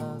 嗯，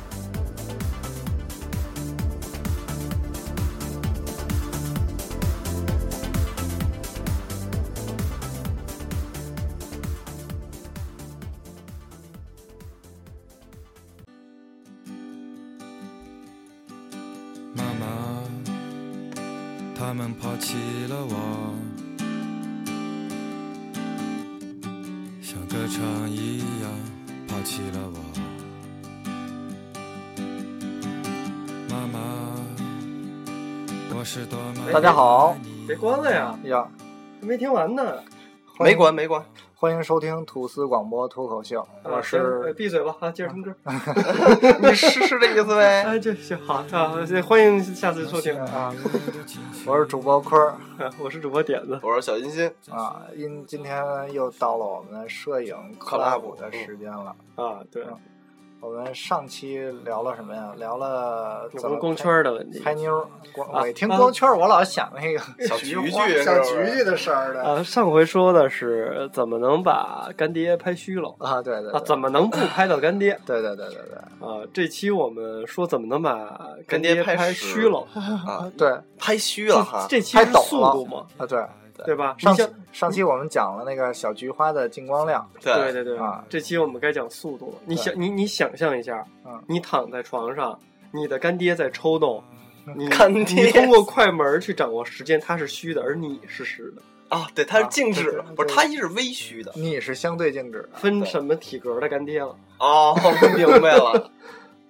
妈妈，他们抛弃了我，像歌唱一样抛弃了我。妈妈，我是多么大家好，别关了呀，呀，还没听完呢。欢没迎关没关，欢迎收听吐司广播脱口秀，啊我行呃是闭嘴吧啊，接着听歌。 你是是这意思呗？ 哎，这行好啊，这欢迎下次收听。啊，我是主播坤儿啊我是主播点子，我是小欣欣，啊，因今天又到了我们摄影 club 的时间了。啊，对，我们上期聊了什么呀？聊了有怎关么光圈的问题拍拍妞儿。光啊我一听光圈儿，我老想那个小菊菊花是小不菊是菊的事儿的啊。上回说的是怎么能把干爹拍虚 了啊，对对啊，怎对，么能不拍到干爹对对对对对啊？这期我们说怎么能把干爹爹拍拍实虚了。啊，对拍虚了哈。这期拍是抖速了度嘛，啊对。对吧？上你期想上期我们讲了那个小菊花的进光量，对对对啊这期我们该讲速度了。你想你你想象一下嗯，你躺在床上，你的干爹在抽动，你嗯 干爹你通过快门去掌握时间，它是虚的，而你是实的。啊，对，它是静止啊了对对，不是它一是微虚的。你是相对静止的，分什么体格的干爹了？哦， 明白了。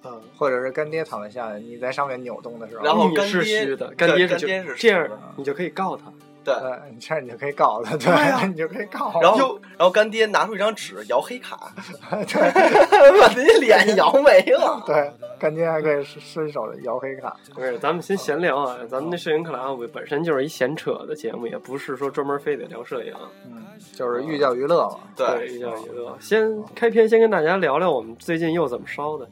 嗯，或者是干爹躺在下面，你在上面扭动的时候，然后你哦干是爹虚的，对干爹干就爹是这实嗯样，你就可以告他。对，呃，你这样你就可以告他，对，啊你就可以告他。然后然后干爹拿出一张纸摇黑卡， 对把自己脸摇没了。对，干爹还可以伸手摇黑卡。不是，咱们嗯先闲聊啊，咱们那摄影课堂本身就是一闲扯的节目，也不是说专门非得聊摄影。嗯，就是寓教于乐嘛。对，寓教于乐。先开篇，先跟大家聊聊我们最近又怎么烧的。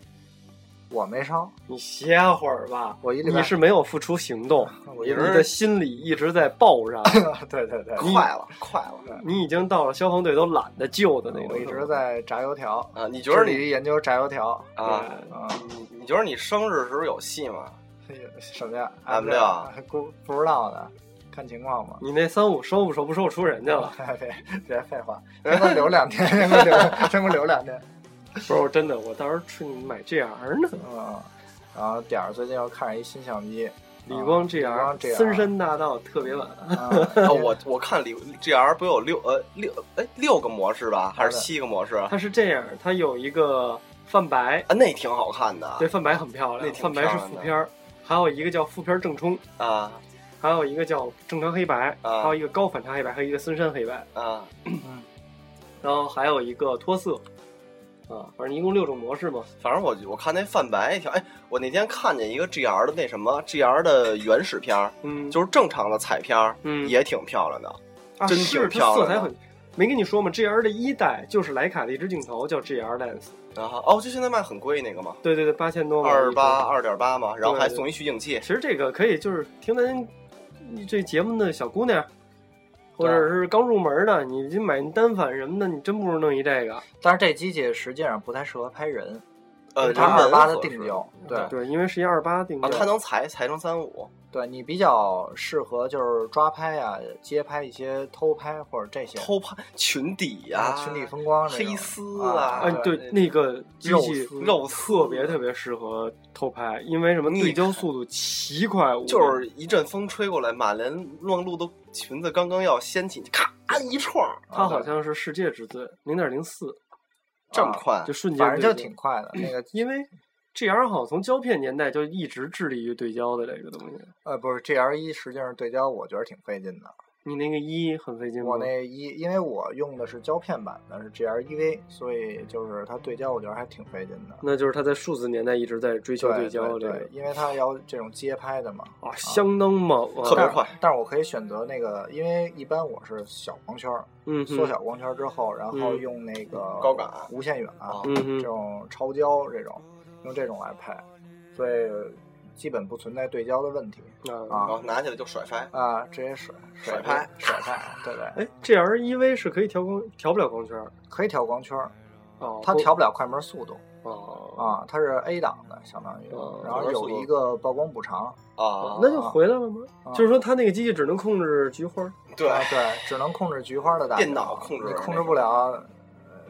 我没烧，你歇会儿吧，我一礼拜啊你是没有付出行动，我一你礼人的心里一直在爆 上，拜，对对对，快了快了你已经到了消防队都懒得救的那我种。一 直在炸油条，啊！你觉致得力你于研究炸油条。啊，啊，你你觉得你生日的时候有戏吗？什么呀？啊俺们啊俩不不知道呢，看情况吧。 你那三五收不收不收出人家啊了？别别废话，先 给我留两天，先给我留，先给我留两天。不是，我真的，我到时候去买 GR 呢，嗯，然后点儿最近又看上一新相机，理光理光 GR， GR 森山大道特别晚。啊， 啊，我我看里 G R 不有六呃六哎六个模式吧，还是七个模式啊？它是这样，它有一个泛白，那挺好看的对，泛白很漂啊那亮，挺泛白是漂亮副的片儿，还有一个叫副片儿正冲，啊还有一个叫正常黑白，啊还有一个高反差黑白，还有一个森山黑白，啊！ 然后还有一个脱色，啊，反正一共六种模式嘛。反正我我看那泛白也挺哎，我那天看见一个 G R 的那什么 G R 的原始片儿，嗯，就是正常的彩片儿，嗯也挺漂亮的。啊真是挺它漂亮色的彩很。没跟你说吗？GR 的一代就是徕卡的一支镜头，叫 GR lens。然后哦，就现在卖很贵那个嘛，对对对，八千多嘛。二八一支。二点八嘛，然后对还送一取景器其实这个可以就是听咱这节目的小姑娘，或者是刚入门的，你这买单反什么的，你真不如弄一这个。但是这机器实际上不太适合拍人，呃，嗯它人文二八的合适定焦，对对，因为是一二八定啊，焦。它能裁裁成三五对，你比较适合就是抓拍啊、街拍一些偷拍或者这些偷拍裙底啊呀、群体风光这种黑丝啊哎，对，那个机器肉丝肉丝特别特别适合偷拍，因为什么？你对焦速度奇快无比，啊就是一阵风吹过来，马连乱路的裙子刚刚要掀起，咔一串儿，它啊好像是世界之最，零点零四，这么快就瞬间啊反正就对焦挺快的。那个因为 GR 好像从胶片年代就一直致力于对焦的这个东西。呃，不是 G L 一，实际上对焦我觉得挺费劲的。你那个一很费劲吗？我那一，因为我用的是胶片版的，是 G L E V，所以就是它对焦我觉得还挺费劲的。那就是他在数字年代一直在追求对焦对这个对，因为它要这种街拍的嘛，啊，相当猛啊，特别但快。但是我可以选择那个，因为一般我是小光圈儿，嗯哼缩小光圈之后，然后嗯用那个高感无限远、啊嗯这哼，种超焦这种，用这种来拍，所以基本不存在对焦的问题啊，然啊后拿起来就甩拍，啊，直接甩甩拍甩拍，对 对，哎，GR E V 是可以调光，调不了光圈儿可以调光圈儿，哦，它不调不了快门速度哦啊，它是 A 档的，相当于哦，然后嗯快门速有度一个曝光补偿，啊那就回来了吗？啊就是说，它那个机器只能控制菊花儿，对啊，对，只能控制菊花的大小，啊电脑控制你那控制种不了呃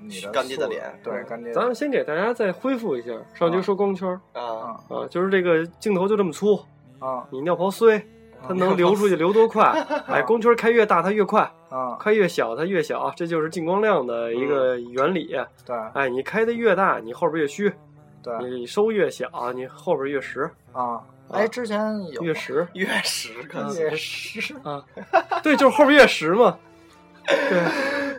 你的干爹的速度脸嗯对干爹的咱们脸。先给大家再恢复一下。上局说光圈儿啊，啊啊，就是这个镜头就这么粗，啊你尿泡碎，它能流出去流多 快？哎，光圈开越大它越快，啊！开越小它越小，这就是进光量的一个嗯原理。对哎，你开的越大，你后边越虚；对你收越小，你后边越实，啊！哎，之前有 越实。月食可能也是，对，就是后边越实嘛。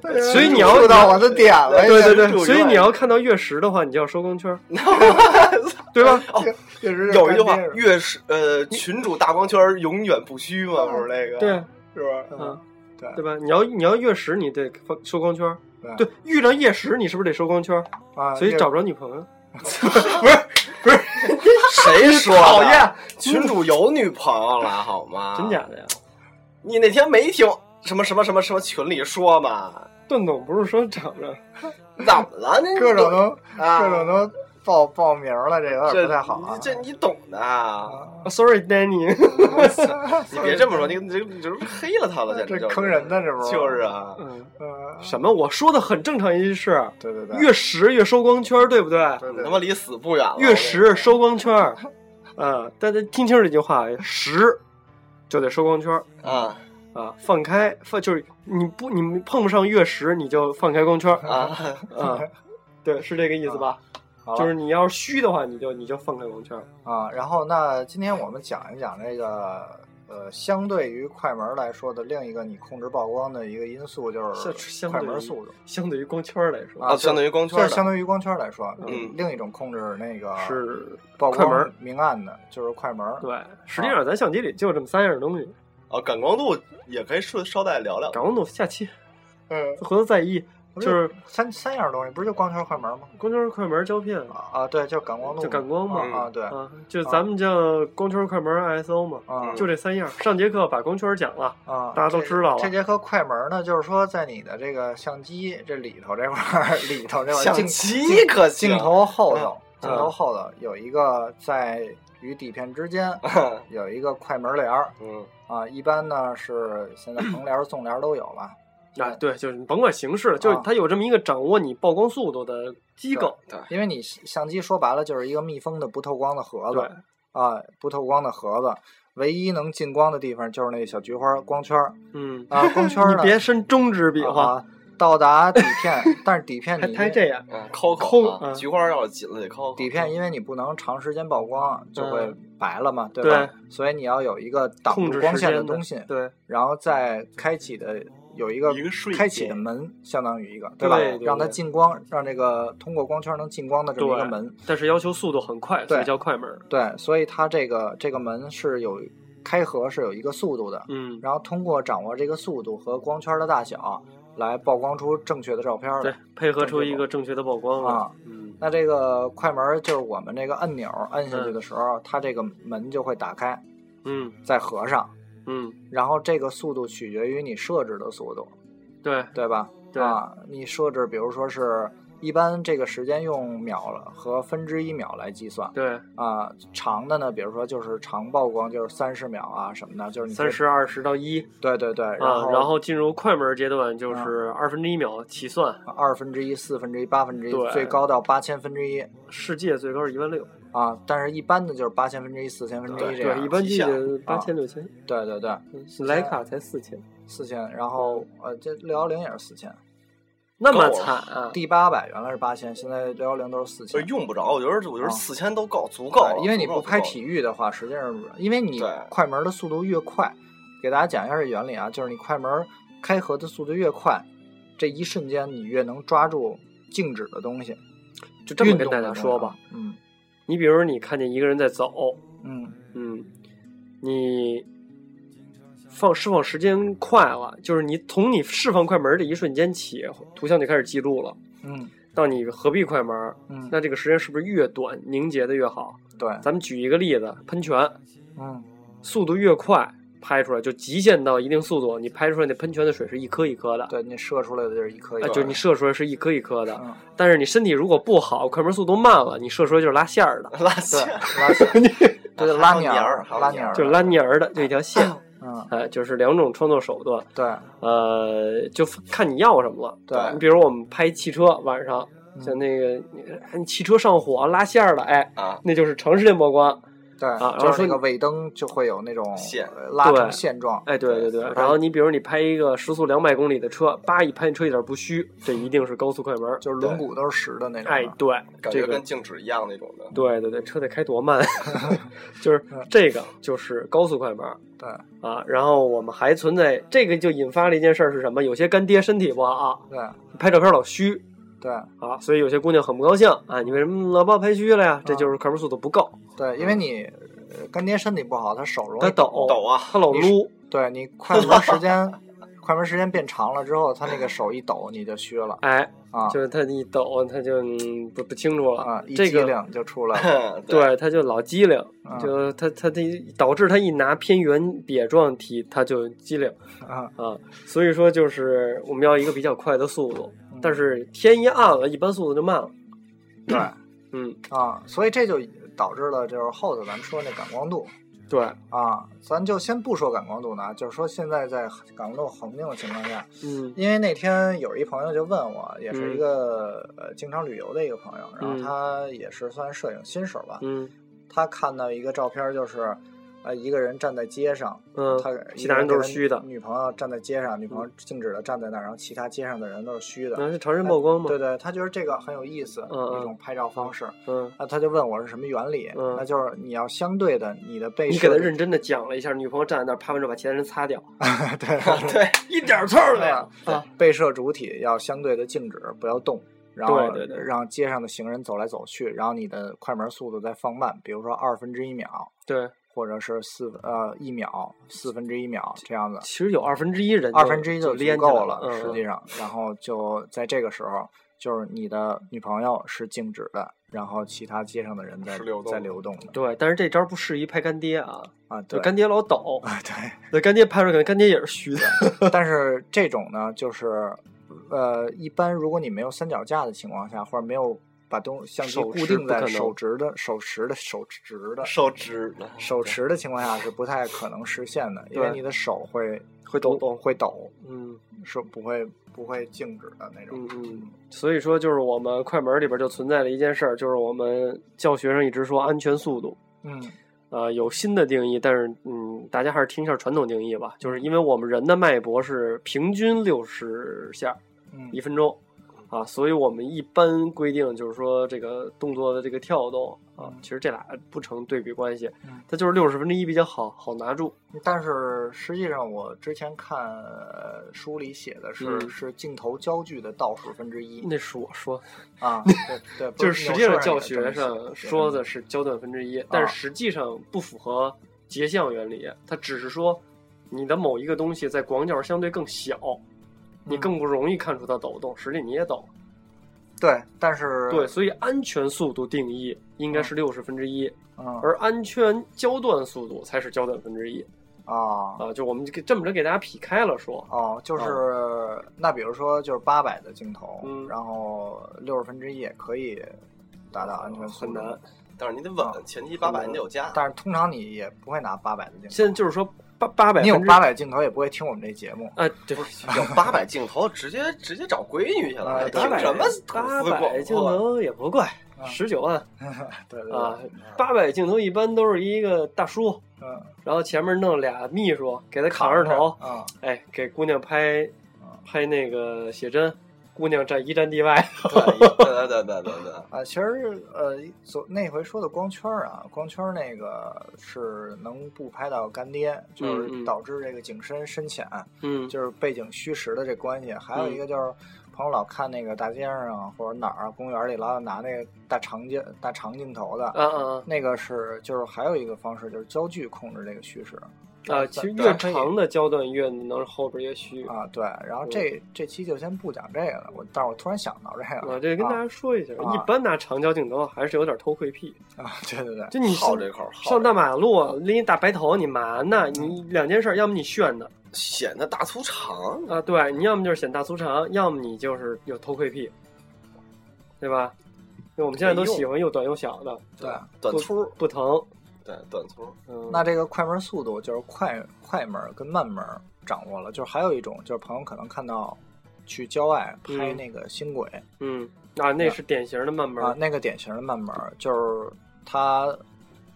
对，所以你要触到 我的点了，对对这对，所以你要看到越实的话，你就要收光圈儿，对吧？确实 是有一句话干爹，是月食呃，群主大光圈永远不虚嘛，嗯不是那个？对，是吧？嗯，对对吧？你要你要越实，你得放收光圈儿。对对，遇上夜食，你是不是得收光圈儿？啊，所以这找不着女朋友。谁说 的？讨厌，嗯群主有女朋友了好啊吗？真？假的呀？你那天没听什么什么什么什么群里说吗？段总不是说找着，怎么了？那 各种都啊各种都报报名了，这有点这不太好啊。这你懂的啊！啊啊 sorry Danny，你别这么说，你你你这黑了他了，简直啊这就是坑人的，这不就是啊，嗯，嗯， 什么？我说的很正常一件事，对对对，越实越收光圈儿，对不对？对你对他妈离死不远了。越实收光圈儿，嗯，大家听清楚这句话，实就得收光圈儿啊啊，放开放就是你不你们碰不上越实，你就放开光圈儿啊！啊，对，是这个意思吧？好了就是你要是虚的话，你就你就放开光圈儿，啊，然后那今天我们讲一讲这个呃，相对于快门来说的另一个你控制曝光的一个因素就相是相快对门于速度，相对于光圈儿来说啊啊，相当于光就是圈相的当于光圈来说，嗯另一种控制那个是曝快门光明暗的，就是快门。对，实际上咱相机里就这么三样东西，啊，感光度也可以顺捎带聊聊。感光度下期嗯，回头再议，不就是三三样东西，不是就光圈、快门吗？光圈儿快门儿胶片啊，啊，对，就是感光度嘛，就感光嘛嗯啊，啊对，就咱们叫光圈儿快门儿 ISO 嘛，啊，就这三样儿。上节课把光圈儿讲了。啊，大家都这知道了这节课快门呢，就是说在你的这个相机这里头这块儿， 里头这块儿相镜机可行镜头后头，嗯镜头后头有一个在与底片之间有一个快门帘儿嗯，啊，一般呢是现在横帘儿、纵帘儿都有了。啊，对，就是你甭管形式了，就是啊它有这么一个掌握你曝光速度的机构。对，因为你相机说白了就是一个密封的不透光的盒对子，啊，不透光的盒子，唯一能进光的地方就是那小菊花光圈儿嗯，啊，光圈儿你呢别伸中指比划，啊到达底 片，但是底片还你还这样。嗯，抠抠抠啊，嗯菊花要是紧了得抠抠。底片因为你不能长时间曝光，就会白了嘛，对吧？所以你要有一个挡嗯控住制光时线间的的东西，对，然后再开启的有一个一个瞬间开启的门，相当于一个，吧？对对让它对进光，让这个通过光圈能进光的这么一个对门，但是要求速度很快，所对以叫快门儿。对，所以它这个这个门是有开合是有一个速度的，嗯，然后通过掌握这个速度和光圈的大小来曝光出正确的照片对来。，配合出一个正确的曝光了啊。嗯，那这个快门就是我们这个按钮按下去的时候，它这个门就会打开，嗯再合上。嗯，然后这个速度取决于你设置的速度，对对吧？对啊，你设置比如说是一般这个时间用秒了和分之一秒来计算对，啊。长的呢，比如说就是长曝光，就是三十秒啊什么的，就是你可以三十、二十到一对对对，啊，后啊然后进入快门儿阶段就是二分之一秒起算，二分之一、四分之一、八分之一，对最高到八千分之一世界最高是一万六，啊。但是一般的就是八千分之一、四千分之一这样啊对，一。般极记限得八千六千，对对对，嗯徕卡才四千。四千。然后呃，这六幺零也是四千那么够惨啊！ D 八百原来是八千，现在六幺零都是四所呃千以。用不着，我觉得我觉得啊四千都够，足够了对因为你足够不拍足够体育的话，实际上是因为你对快门的速度越快，给大家讲一下这原理啊，就是你快门开合的速度越快，这一瞬间你越能抓住静止的东西。就这么运跟动大的家东西说啊吧，，嗯你比如你看见一个人在走，嗯，嗯，你放释放时间快了，就是你从你释放快门的一瞬间起，图像就开始记录了。嗯到你合闭快门，嗯那这个时间是不是越短凝结的越好？对，咱们举一个例子，喷泉嗯速度越快，拍出来就极限到一定速度，你拍出来那喷泉的水是一颗一颗的，对，你射出来的就是一颗一哎，颗就是你的，射出来是一颗一颗的。嗯，但是你啊身体如果不好，快门速度慢了，你射出来就是拉线儿的，拉对，线，拉线，对对，拉鸟儿，还有鸟儿拉鸟儿，就是拉泥儿的，就一条线。 嗯，哎，就是两种创作手段，对呃，就看你要什么了。对你比如我们拍汽车，晚上嗯像那个你你汽车上火拉线儿了，哎，啊，那就是长时间曝光。啊然对，后就说是那个你尾灯就会有那种线呃拉对成线状，哎，对对对，然后你比如你拍一个时速两百公里的车，叭一拍，你车一点不虚，这一定是高速快门。就是轮毂都是实的那种的。啊哎，对，感这觉个跟静止一样那种的。对对对，车得开多慢，就是这个就是高速快门对，啊。然后我们还存在这个就引发了一件事儿是什么？有些干爹身体不好、啊对拍照片老虚对啊，所以有些姑娘很不高兴啊，你为什么老把我拍虚了啊呀？这就是快门速度不够，对，因为你呃干爹身体不好，他手容他易抖抖啊他老撸，对你快门时间快门时间变长了之后，他那个手一抖你就虚了哎，啊就是他一抖他就、嗯、不不清楚了啊，一这激个。灵就出来了。对对，他就老机灵，嗯就他他他导致他一拿偏圆瘪状体，他就机灵。啊，啊，所以说就是我们要一个比较快的速度， 嗯但是天一暗了，一般速度就慢了。对嗯，啊，所以这就导致了就是后头咱们说那感光度对，啊，咱就先不说感光度呢，就是说现在在感光度恒定的情况下，嗯因为那天有一朋友就问我，也是一个、呃经常旅游的一个朋友，然后他也是算摄影新手吧，嗯他看到一个照片，就是呃一个人站在街上，嗯他，其他人都是虚的，嗯女朋友站在街上，女朋友静止的站在那儿，然后其他街上的人都是虚的。那是长时间曝光嘛对？对，他觉得这个很有意思，嗯嗯一种拍照方式。嗯，那他就问我是什么原理？嗯那就是你要相对的，你的被你给他摄认 真的讲了一下，女朋友站在那儿，拍完之后把其他人擦掉， 对，一点错儿没有啊。被摄主体要相对的静止，不要动，然后对对对让街上的行人走来走去，然后你的快门速度再放慢，比如说二分之一秒，对， 或者是四呃一秒、四分之一秒这样子。其实有二分之一人就，二分之一就足连起来够了，嗯实际上上，然后就在这个时候，就是你的女朋友是静止的，然后其他街上的人在是流动在的流动的对，但是这招不适宜拍干爹啊，啊，对就干爹老抖，啊对，那干爹拍出来，可能干爹也是虚 的。但是这种呢，就是呃，一般如果你没有三脚架的情况下，或者没有把东相机手固持定不可在能手持的手持的手持的手指呢手持的情况下是不太可能实现的，因为对你的手会会抖动会抖，嗯是不会不会静止的那种嗯。嗯。所以说，就是我们快门里边就存在了一件事儿，就是我们教学生一直说安全速度，嗯呃，有新的定义，但是嗯，大家还是听一下传统定义吧。就是因为我们人的脉搏是平均六十下嗯一分钟啊，所以我们一般规定就是说这个动作的这个跳动啊嗯，其实这俩不成对比关系嗯，它就是六十分之一比较好好拿住。但是实际上，我之前看呃书里写的是、嗯是镜头焦距的倒数分之一那是我说，啊，对 对，不就是是实际上有教事儿学也这么上写说的，是嗯啊焦段分之一，但是实际上不符合结项原理，它只是说你的某一个东西在广角相对更小，你更不容易看出它抖动，实际你也抖。对，但是对，，所以安全速度定义应该是六十分之一，嗯而安全焦段速度才是焦段分之一啊啊。就我们就给这么着给大家劈开了说，啊哦，就是、那比如说就是八百的镜头，嗯然后六十分之一也可以达到安全哦速很度，难。但是你得啊稳，前期八百你得有加。嗯但是通常你也不会拿八百的镜头，现在就是说八八百，你有八百镜头也不会听我们这节目。啊，对。 有八百镜头，直接直接找闺女去啊了，听八百什么八吐司百广镜啊播？头也不贵，十九万对对对，啊，八百镜头一般都是一个大叔，嗯，然后前面弄俩秘书给他扛着头，啊，哎，给姑娘拍嗯拍那个写真，姑娘站一站地外， 对对对对对对，啊，其实呃，昨那回说的光圈儿啊，光圈儿那个是能不拍到干爹，就嗯是嗯导致这个景深深浅， 嗯，就是背景虚实的这关系。还有一个就是，朋友老看那个大街上啊或者哪儿啊公园里老有拿那个大长镜大长镜头的，啊啊那个是就是还有一个方式就是焦距控制这个虚实啊啊！其实越长的焦段越能后边越虚啊。啊。对，然后这这期就先不讲这个了，我但是我突然想到这个了，这个跟大啊家说一下，啊一般拿长焦镜头还是有点偷窥癖。啊，对对对，就你好上这口儿，好上大这口儿马路拎一大白头，你嘛呢？你两件事儿，要么你炫呢显得大粗长，啊，对，你要么就是显大粗长，要么你就是有偷窥癖，对吧？因为我们现在都喜欢又短又小的，对。短不粗儿，不疼。对短粗儿，嗯，那这个快门速度就是快快门跟慢门掌握了，就是还有一种就是朋友可能看到去郊外拍嗯那个星轨、嗯啊，那是典型的慢门啊儿，，那个典型的慢门，就是它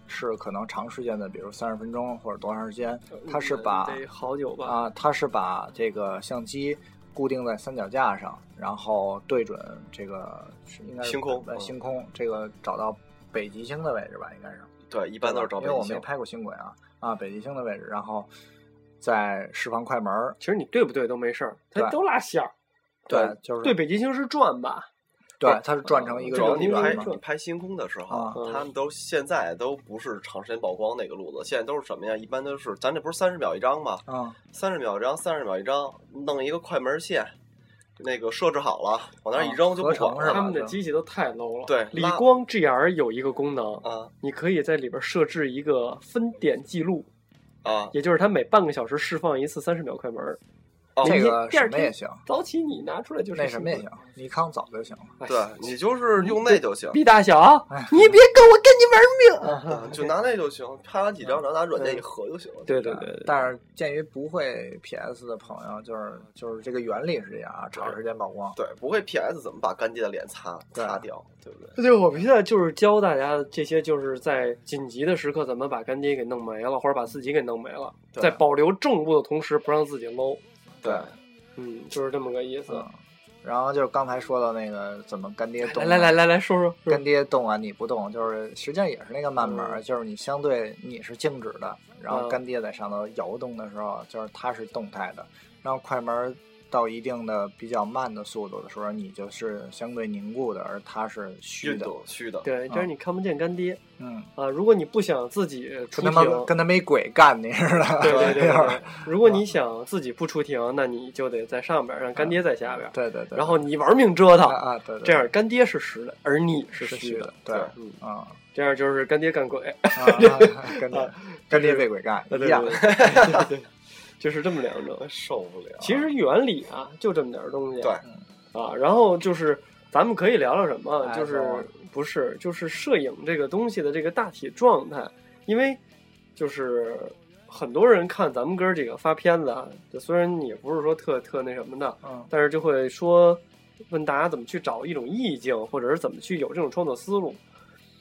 是可能长时间的，比如三十分钟或者多长时间，它是把嗯得好久吧？啊它是把这个相机固定在三脚架上，然后对准这个是应该是星空呃嗯星空这个找到北极星的位置吧，应该是。对，一对般都是吧找北因为我极没星。拍过星轨啊啊，北极星的位置，然后再释放快门儿，其实你对不对都没事儿，它对都拉线儿。对，就是对，北极星是转吧？对，它是转成一个主要圆你拍圆嘛你，拍星空的时候啊，嗯他们都现在都不是长时间曝光那个路子，现在都是什么呀？一般都是咱这不是三十秒一张吗？哦嗯，三十秒一张，三十秒一张，弄一个快门线，那个设置好了，往那儿一扔就不管合成是了。吧他们的机器都太 low 了。对理拉光 GR 有一个功能，啊你可以在里边设置一个分点记录，啊！也就是它每半个小时释放一次三十秒快门儿。哦这你个第二什么天也行，早起你拿出来就是那什么也新行，尼康早就行了，闻。对哎你就是用那就行，毕大小，哎你别跟我跟你玩命。啊就拿那就行，拍完几张，然后拿软件一合就行了。对对对对，但是鉴于不会 PS 的朋友，就是就是这个原理是这样啊，长时间曝光，对，不会 PS 怎么把干爹的脸擦对擦掉，对不对？对，我们现在就是教大家这些，就是在紧急的时刻怎么把干爹给弄没了，或者把自己给弄没了，对啊在保留正步的同时不让自己 low。对，嗯，就是这么个意思哎嗯。，然后就是刚才说到那个怎么干爹动，啊来来来。来来说说，说干爹动啊，你不动，就是实际上也是那个慢门儿，就是你相对你是静止的，然后嗯干爹在上头摇动的时候，就是它是动态的，然后快门儿到一定的比较慢的速度的时候，你就是相对凝固的，而它是虚运的，动虚的，对，就是你看不见干爹嗯，啊。如果你不想自己出跟他庭，妈跟他没鬼干你似的，对对对对就是对，如果你想自己不出庭，那你就得在上边，让干爹在下边， 对啊对对，然后你玩命折啊腾，啊对对，这样干爹是实的，而你是对是虚虚的的，，对，嗯， 啊这样就是干爹干鬼。啊，啊 跟爹跟爹被鬼干啊， 一对样对，对 对，就是这么两种。受不了。其实原理啊，就这么点儿东西。对啊，然后就是咱们可以聊聊什么，哎就是说吧不是就是摄影这个东西的这个大体状态，因为就是很多人看咱们哥儿几个发片子啊，就虽然也不是说特特那什么的，嗯但是就会说问大家怎么去找一种意境，或者是怎么去有这种创作思路。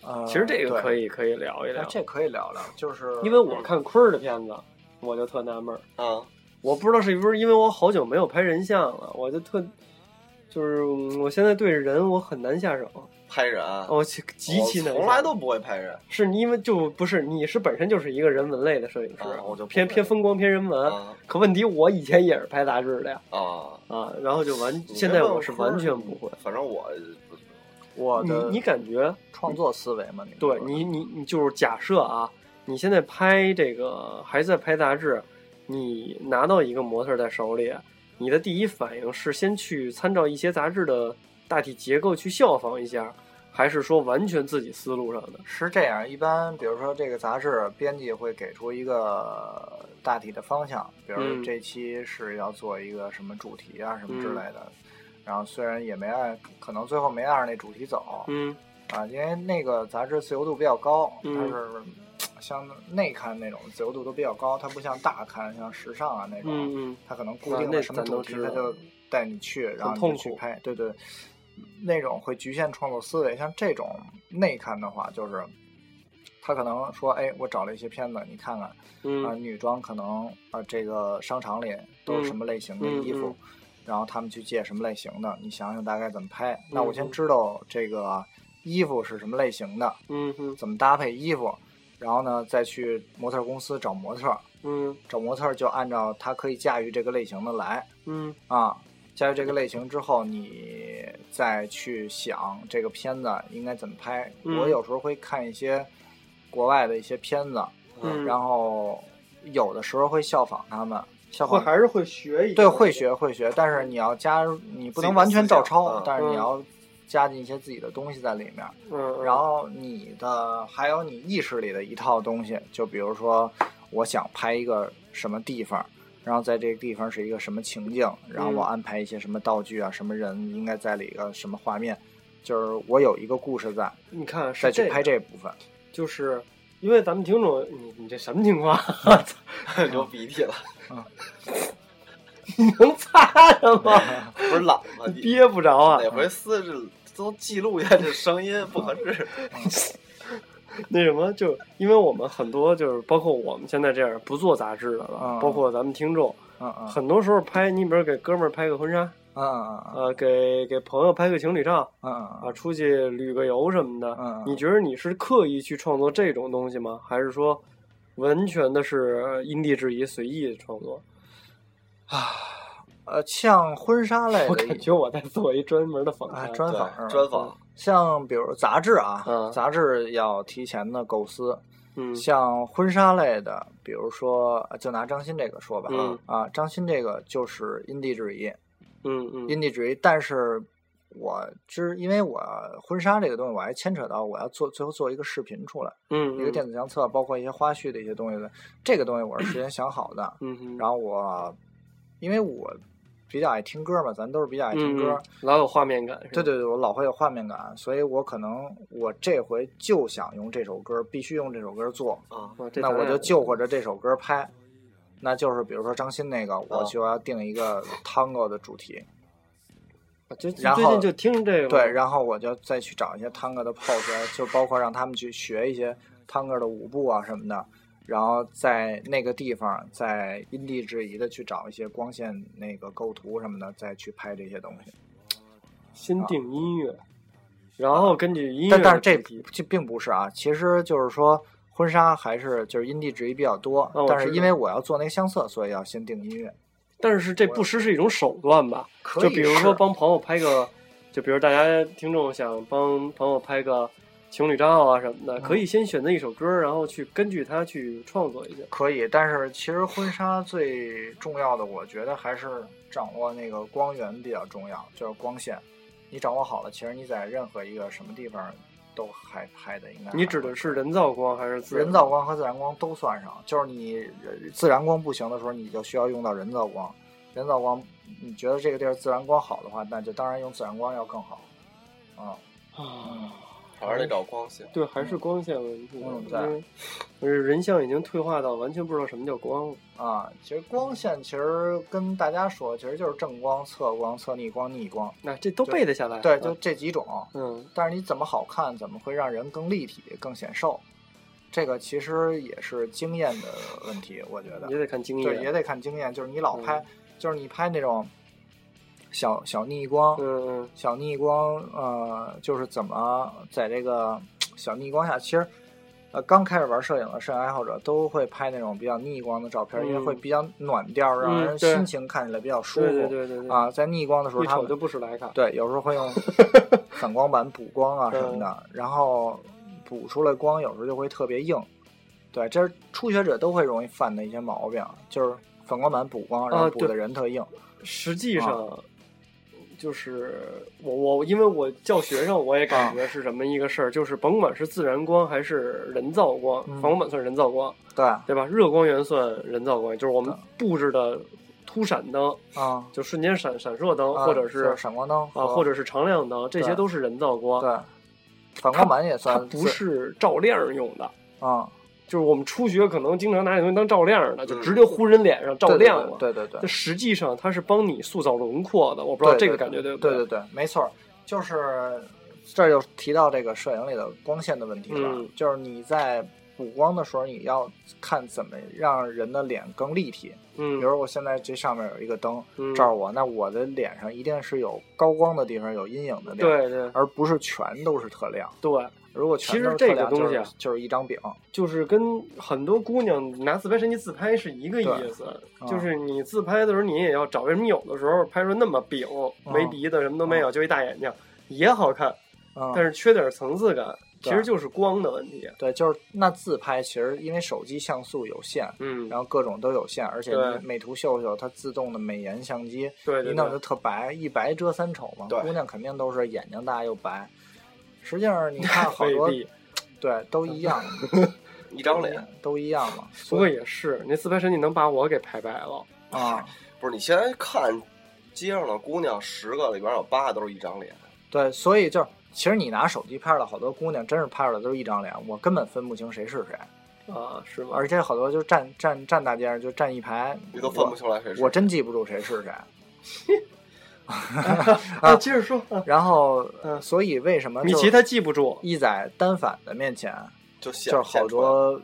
呃其实这个对可以可以聊一那聊，哎这可以聊聊，就是因为我看坤儿的片子，我就特纳闷儿。啊，我不知道是不是因为我好久没有拍人像了，我就特，就是嗯我现在对人我很难下手，拍人啊，我极哦极其我难下手。从来都不会拍人。是你因为就不是你是本身就是一个人文类的摄影师，啊我就不偏会偏风光偏人文。啊可问题我以前也是拍杂志的呀，啊！啊，然后就完，你现别在问我是完全不会。反正我我你的你感觉创作思维嘛，你对说的你，你你就是假设啊，你现在拍这个还在拍杂志，你拿到一个模特在手里，你的第一反应是先去参照一些杂志的大体结构去效仿一下，还是说完全自己思路上的？是这样，一般比如说这个杂志编辑会给出一个大体的方向，比如嗯这期是要做一个什么主题啊什么之类的。然后虽然也没按，可能最后没按着那主题走、嗯啊，因为那个杂志自由度比较高，嗯它是像内刊那种自由度都比较高，它不像大刊像时尚啊那种，嗯嗯，它可能固定啊那了什么咱都主题知，道它就带你去，然后痛你就去苦拍。对对，那种会局限创作思维。像这种内刊的话，就是他可能说：“哎，我找了一些片子，你看看啊、嗯呃女装可能啊、这个商场里都是什么类型的嗯嗯衣服。嗯然后他们去借什么类型的，你想想大概怎么拍。那我先知道这个衣服是什么类型的，嗯哼，怎么搭配衣服，然后呢再去模特公司找模特，嗯找模特就按照他可以驾驭这个类型的来嗯啊。驾驭这个类型之后，你再去想这个片子应该怎么拍。嗯我有时候会看一些国外的一些片子，嗯，然后有的时候会效仿他们，效会仿还是会学一对，会学会学，但是你要加入，你不能完全照抄，啊自己的思想嗯但是你要加进一些自己的东西在里面。嗯，然后你的还有你意识里的一套东西，就比如说我想拍一个什么地方，然后在这个地方是一个什么情境，然后我安排一些什么道具啊，什么人应该在里一个什么画面，就是我有一个故事在，你看是再去这拍样这部分。就是因为咱们听众，你你这什么情况？ 流鼻涕了， 你能擦上吗？不是懒 吗？你憋不着啊！哪回撕这都记录一下这声音不合 适。那什么，就因为我们很多就是包括我们现在这样不做杂志的了，嗯包括咱们听众，嗯嗯很多时候拍，你比如给哥们儿拍个婚纱，嗯嗯呃，给给朋友拍个情侣照嗯啊，嗯出去旅个游什么的，嗯嗯你觉得你是刻意去创作这种东西吗？还是说完全的是因地制宜、随意创作？呃，像婚纱类我 的感觉我在做一专门的访啊谈，，专访对是吧专访，像比如杂志啊，嗯杂志要提前的构思。嗯像婚纱类的，比如说，呃就拿张欣这个说吧，嗯啊，张欣这个就是因地制宜，嗯嗯因地制宜。但是我知，因为我婚纱这个东西，我还牵扯到我要做最后做一个视频出来，嗯，一个电子相册，包括一些花絮的一些东西的。这个东西我是事先想好的，嗯，嗯，然后我因为我比较爱听歌嘛，咱都是比较爱嗯听歌，嗯老有画面感，是吧啊对对对，我老会有画面感，所以我可能我这回就想用这首歌，必须用这首歌做，啊，哦哇这那咱我俩就就或者这首歌拍。那就是比如说张欣那个，哦我就要定 一个 tango 的主题，我就然最后近就听这个，对，然后我就再去找一些 tango 的 pose，啊就包括让他们去学一些 tango 的舞步啊什么的，然后在那个地方再因地制宜的去找一些光线那个构图什么的，再去拍这些东西。先定音乐，然后根据音乐但但的是这主题，这并不是啊，其实就是说婚纱还是就是因地制宜比较多，啊我但知是道因为我要做那个相册，所以要先定音乐。但是这不失是一种手段吧？可就比如说是帮朋友拍个，就比如大家听众想帮朋友拍个情侣照啊什么的，可以先选择一首歌，然后去根据它去创作一下。可以，但是其实婚纱最重要的，我觉得还是掌握那个光源比较重要，就是光线。你掌握好了，其实你在任何一个什么地方都还拍的应该还。你指的是人造光还是自然人造？光和自然光都算上，就是你呃自然光不行的时候，你就需要用到人造光。人造光，你觉得这个地儿自然光好的话，那就当然用自然光要更好。啊、啊，还是得找光线。对，还是光线问题，啊嗯因在为因为人像已经退化到完全不知道什么叫光了。啊，其实光线其实跟大家说，其实就是正光、侧光、侧逆光、逆光，那、这都就背得下来啊。对，就这几种。嗯但是你怎么好看，怎么会让人更立体、更显瘦，这个其实也是经验的问题，我觉得。也得看经对，也验。得看经验。就是你老拍，嗯就是你拍那种小小逆光，嗯嗯小逆光，呃，就是怎么在这个小逆光下，其实。呃，刚开始玩摄影的摄影爱好者都会拍那种比较逆光的照片，嗯因为会比较暖调，让嗯人对心情看起来比较舒服。对对对对对，啊，在逆光的时候，一他们瞅就不是徕卡。对，有时候会 用反光板补光啊什么嗯的，然后补出来光有时候就会特别硬。对，这是初学者都会容易犯的一些毛病，就是反光板补光，然后啊补对的人特硬。实际上，就是我我因为我教学生，我也啊感觉是什么一个事儿，就是甭管是自然光还是人造光，嗯反光板算人造光，对，对吧？热光源算人造光，就是我们布置的突闪灯，啊，就瞬间闪闪烁灯，啊或者就是闪光灯啊，和或者是常亮灯，这些哦对都是人造光，对，反光板也它算不是照亮用的。啊，就是我们初学可能经常拿这东西当照亮的，就嗯直接糊人脸上照对对亮了。对对对这对，实际上它是帮你塑造轮廓的，我不知道这个感觉对对不对对对，没错，就是这儿就提到这个摄影里的光线的问题了，嗯就是你在补光的时候，你要看怎么让人的脸更立体。比嗯如我现在这上面有一个灯嗯照着我，那我的脸上一定是有高光的地方，有阴影的地方，对对而不是全都是特亮。对，如果全其实都是特这个亮，东西就啊是就是一张饼。就是跟很多姑娘拿自拍神器自拍是一个意思对，嗯就是你自拍的时候你也要找，为什么有的时候拍出那么饼，没鼻子什么都没有，就一大眼睛也好看，嗯，但是缺点层次感，其对实就是光的问题。对，就是那自拍，其实因为手机像素有限，嗯，然后各种都有限，而且对你美图秀秀它自动的美颜相机，对一对弄就对，特白，一白遮三丑嘛。对姑娘肯定都是眼睛大又白。实际 上你看好多未必。对都一样，一张脸。都一样嘛。不过也是，那自拍神器能把我给拍白了。啊，不是，你现在看街上的姑娘，十个里边有八个都是一张脸。对，所以就是其实你拿手机拍了好多姑娘，真是拍出来都是一张脸，我根本分不清谁是谁。啊，是 吗？而且好多就站站站大街上就站一排，你都分不出来谁是我真记不住谁是谁。啊，接着说，啊然后，嗯所以为什么米啊就奇他记不住，一在单反的面前，就显就是好多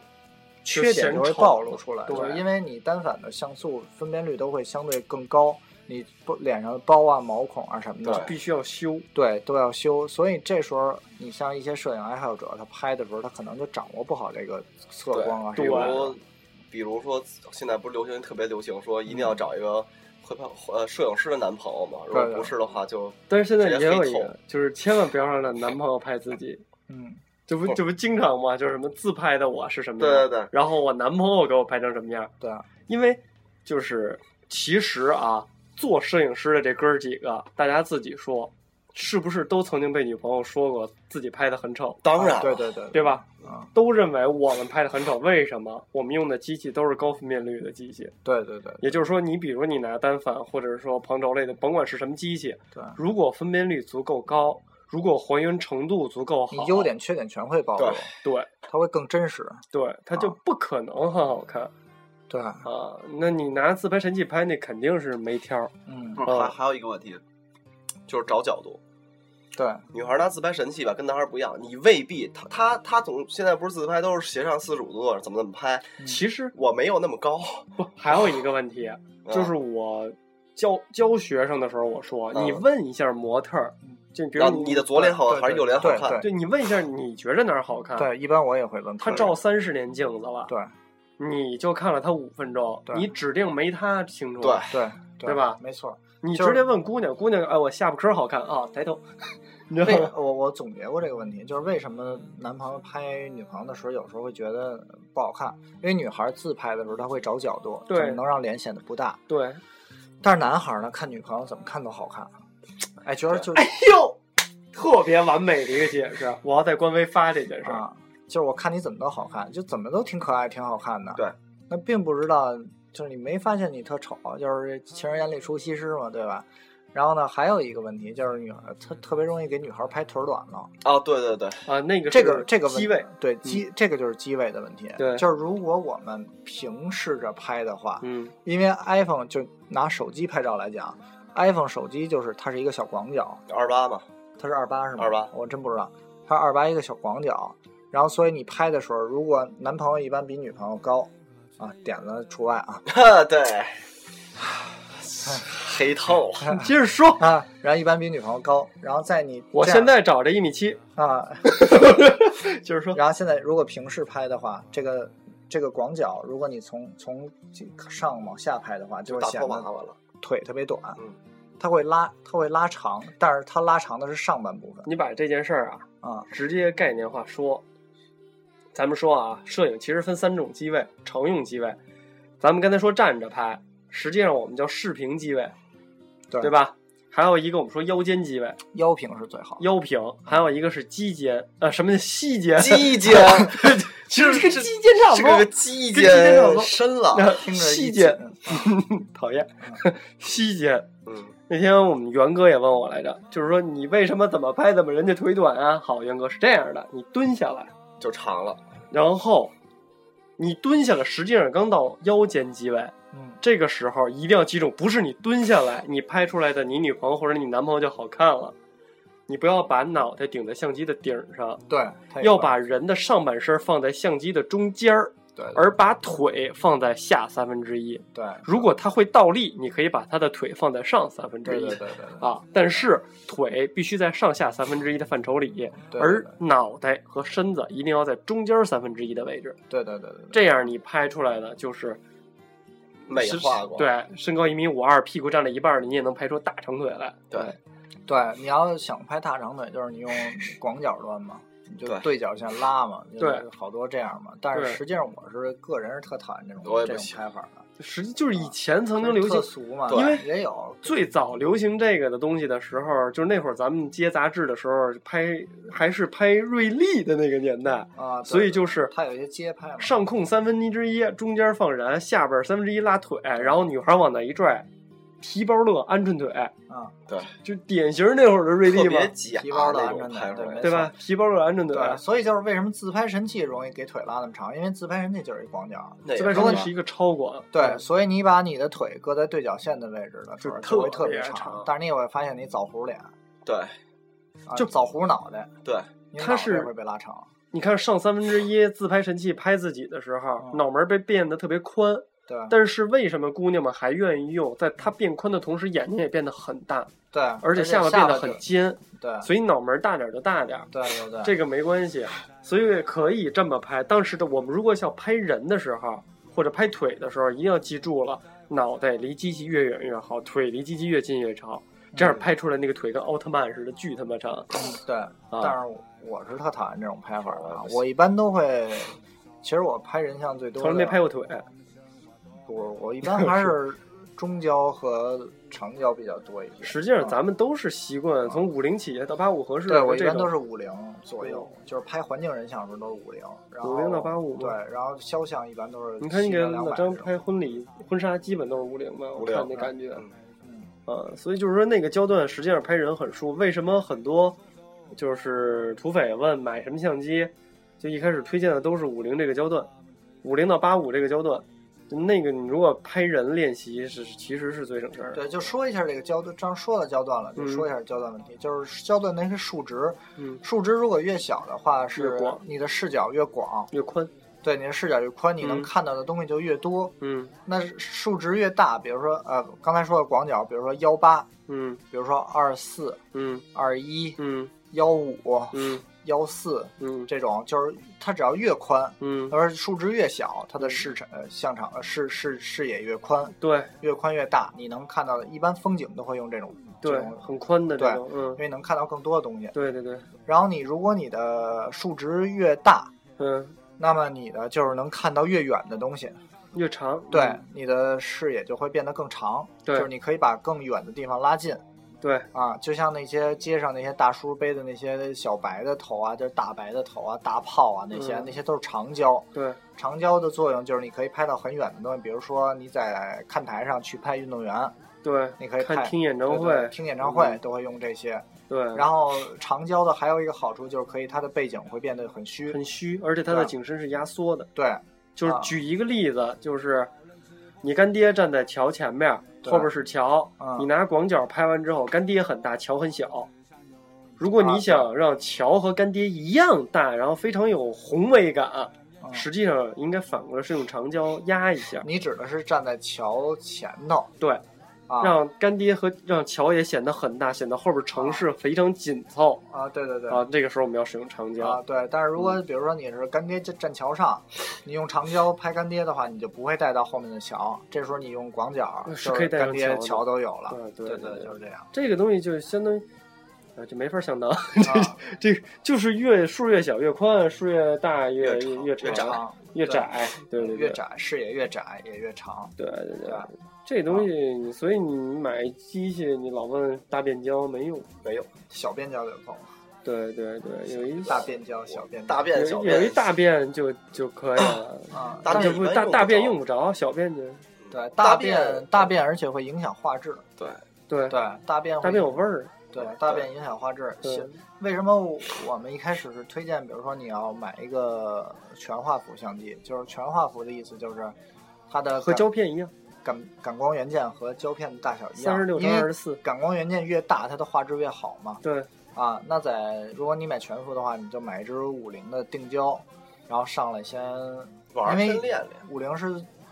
缺点就会暴露出来，就显就丑是因为你单反的像素分辨率都会相对更高，你不脸上的包啊、毛孔啊什么的，必须要修。对都要修。所以这时候，你像一些摄影爱好者，他拍的时候，他可能就掌握不好这个侧对光啊比什么如的。比如说现在不是流行特别流行说一定要找一个会拍呃摄影师的男朋友嘛？如果对对不是的话就但是现在直接也有黑一个，就是千万不要让男朋友拍自己，嗯，这不不这不经常吗？就是什么自拍的我是什么哦对样，对对然后我男朋友给我拍成什么样，对，啊因为就是其实啊，做摄影师的这哥儿几个，大家自己说，是不是都曾经被女朋友说过自己拍的很丑，当然啊对对对对吧？啊，都认为我们拍的很丑，为什么？我们用的机器都是高分辨率的机器，对对对也就是说，你比如你拿单反或者是说旁轴类的，甭管是什么机器，对，如果分辨率足够高，如果还原程度足够好，你优点缺点全会暴露对，对它会更真实。对，它就不可能很好看对，啊。那你拿自拍神器拍，那肯定是没挑儿。嗯，不是还还有一个问题，就是找角度。对女孩拿自拍神器吧，跟男孩不一样，你未必她她她总现在不是自拍都是斜上四十五度，怎么怎么拍？其实我没有那么高，不还有一个问题，啊就是我教教学生的时候，我说嗯你问一下模特儿，就比如然后嗯啊你的左脸好看对对还是右脸好看对对？你问一下你觉着哪儿好看，对，一般我也会问客他人。照三十年镜子了，对你就看了他五分钟，对你指定没他清楚。对对对吧没错。你就是直接问姑娘，姑娘，哎，我下巴颏儿好看啊，抬 头，你知为道吗？我我总结过这个问题，就是为什么男朋友拍女朋友的时候，有时候会觉得不好看，因为女孩自拍的时候，她会找角度，对怎么能让脸显得不大。 对，但是男孩呢，看女朋友怎么看都好看，哎，觉得就哎呦，特别完美的一个解释。我要在官微发这件事儿。啊，就是我看你怎么都好看，就怎么都挺可爱、挺好看的。对，那并不知道，就是你没发现你特丑，就是情人眼里出西施嘛，对吧？然后呢，还有一个问题就是女孩，她特别容易给女孩拍腿短了。啊，对对对，啊，那个这是个这个问机位，对机、这个就是机位的问题。对就是如果我们平视着拍的话， 嗯，因为 iPhone 就拿手机拍照来讲，iPhone 手机就是它是一个小广角，二八嘛， 它是二八是吗？ 28我真不知道，它是二八一个小广角。然后所以你拍的时候，如果男朋友一般比女朋友高，啊，点了除外啊对，黑透了，接着说。啊，然后一般比女朋友高，然后在你我这样现在找这一米七， 啊， 接着说。然后现在如果平视拍的话，这个这个广角，如果你从从上往下拍的话，就会打显破娃得娃了。腿特别短嗯，它会拉它会拉长，但是它拉长的是上半部分你把这件事儿啊，啊，直接概念化说，咱们说啊，摄影其实分三种机位：常用机位，咱们刚才说站着拍，实际上我们叫视频机位，对对？吧？还有一个我们说腰间机位，腰平是最好的，腰平；还有一个是肌间，呃，什么叫膝间？鸡 尖，其实是跟是肌间差不这多啊个鸡跟鸡尖差不尖多深了， 那听着膝一间， 紧讨厌，膝间。嗯，那天我们元哥也问我来着，就是说你为什么怎么拍怎么人家腿短啊？好，元哥是这样的，你蹲下来，就长了。然后你蹲下来，实际上刚到腰间肌位，嗯，这个时候一定要记住，不是你蹲下来，你拍出来的你女朋友或者你男朋友就好看了，你不要把脑袋顶在相机的顶上，对，它有要把人的上半身放在相机的中间儿，对而把腿放在下三分之一。对，如果他会倒立，你可以把他的腿放在上三分之对一对对对对啊，但是腿必须在上下三分之一的范畴里，对而脑袋和身子一定要在中间三分之一的位置，对对对对对，这样你拍出来的就是美身化过，对，身高一米五二，屁股占了一半儿，你也能拍出大长腿来。对对，你要想拍大长腿，就是 你用广角端嘛，你就对对角线拉嘛，就对是好多这样嘛。但是对实际上，我是个人是特讨厌这种我也这不种喜拍法的，实际就是以前曾经就是流特行。俗嘛，对因为也有最早流行这个的东西的时候，就是那会儿咱们接杂志的时候，拍还是拍瑞丽的那个年代，啊，对所以就是它有一些街拍嘛，上空三分之一，中间放人，下边三分之一拉腿，然后女孩往那一拽，提包乐鹌鹑腿，啊，对，就典型那会儿的瑞丽特嘛别，假皮包的那种安全拍感出来对的，啊没对吧？提包乐鹌鹑腿，对，所以就是为什么自拍神器容易给腿拉那么长，因为自拍神器就是一广角。那自也是拍神器吧是一个超广，对，所以你把你的腿搁在对角线的位置的时候，就就会特特别别长但是你也会发现你枣核脸，对啊、就枣核脑袋，对，你的它脑袋是会被拉长。你看上三分之一自拍神器拍自己的时候，嗯脑门被变得特别宽，对，但是为什么姑娘们还愿意用？在它变宽的同时，眼睛也变得很大，对，而且下巴巴变得很尖，对，所以脑门儿大点儿就大点儿，对对对，这个没关系，所以可以这么拍。当时的我们如果想拍人的时候，或者拍腿的时候，一定要记住了，脑袋离机器越远越好，腿离机器越近越长。这样拍出来那个腿跟奥特曼似的，巨他妈长。对，啊但是我我是特讨厌这种拍法的我啊也不，喜我一般都会，其实我拍人像最多，从来没拍，过腿，我我一般还是中焦和长焦比较多一些。 实际上啊咱们都是习惯从五零起到八五合适嗯对的我一这般都种嗯是五零左右，就是拍环境人像的时候都是五零，然后50到85对，然后肖像一般都是你看你给两老百张拍婚礼婚纱，基本都是五零吧，我50看那感觉嗯，嗯，所以就是说那个焦段实际上拍人很舒服。为什么很多就是土匪问买什么相机，就一开始推荐的都是五零这个焦段，五零到八五这个焦段，那个你如果拍人练习是其实是最省事儿的。对，就说一下这个焦段，刚说了焦段了，就嗯说一下焦段问题，就是焦段那个数值，嗯，数值如果越小的话，越是广你的视角越广，越宽，对，你的视角越宽，你嗯能看到的东西就越多。嗯那数值越大，比如说呃，刚才说的广角，比如说幺八，嗯比如说二四、嗯二一、嗯幺五、嗯幺四嗯这种，就是它只要越宽，嗯，而数值越小，它的视场呃像场呃视视视野越宽，对越宽越大，你能看到的，一般风景都会用这种，对这，种很宽的这种，嗯因，为能看到更多的东西。对对对，然后你如果你的数值越大，嗯，那么你的就是能看到越远的东西，越长，对，嗯你的视野就会变得更长，对就是你可以把更远的地方拉近对，啊，就像那些街上那些大叔背的那些小白的头啊，就是大白的头啊、大炮啊那些，嗯那些都是长焦。对，长焦的作用就是你可以拍到很远的东西，比如说你在看台上去拍运动员，对，你可以看看听演唱对会，嗯对听演唱会都会用这些。对，然然后长焦的还有一个好处就是可以它的背景会变得很虚，很虚，而且它的对景深是压缩的。对就是啊举一个例子，就是你干爹站在桥前面，对后边是桥，嗯你拿广角拍完之后，干爹很大，桥很小。如果啊你对想让桥和干爹一样大，然后非常有宏伟感，嗯实际上应该反过来是用长焦压一下，你指的是站在桥前头对，啊让干爹和让桥也显得很大，显得后边城市非常紧凑啊，对对对啊。这个时候我们要使用长啊，焦，对，但是嗯如果比如说你是干爹站站桥上，你用长焦拍干爹的话，你就不会带到后面的桥，这时候你用广角，嗯是就可以带上干爹桥的桥都有了，对对对对对就是 这样。这个东西就相当于，呃，这没法相当。啊这个就是越数越小越宽，数越大越越越长越越长越长对窄，对对对，越窄视野越窄也越长，对对对对吧？这东西你，所以你买机器，你老问大变焦没用。没有小变焦有空，对对对，有一大变焦小变焦大变小有一有一大变就就可以了，啊，大但但是是便不一般大用大不变着用不着，小变就大对大便便大便，而且会影响画质，对对对大便大会变有味儿。对大便影响画质。对是为什么我们一开始是推荐，比如说你要买一个全画幅相机，就是全画幅的意思就是它的和感胶片一样，感感光元件和胶片的大小一样，三十六因乘二为十四。感光元件越大，它的画质越好嘛。对啊，那在如果你买全幅的话，你就买一支五菱的定焦，然后上来先玩儿因先练为练。五菱是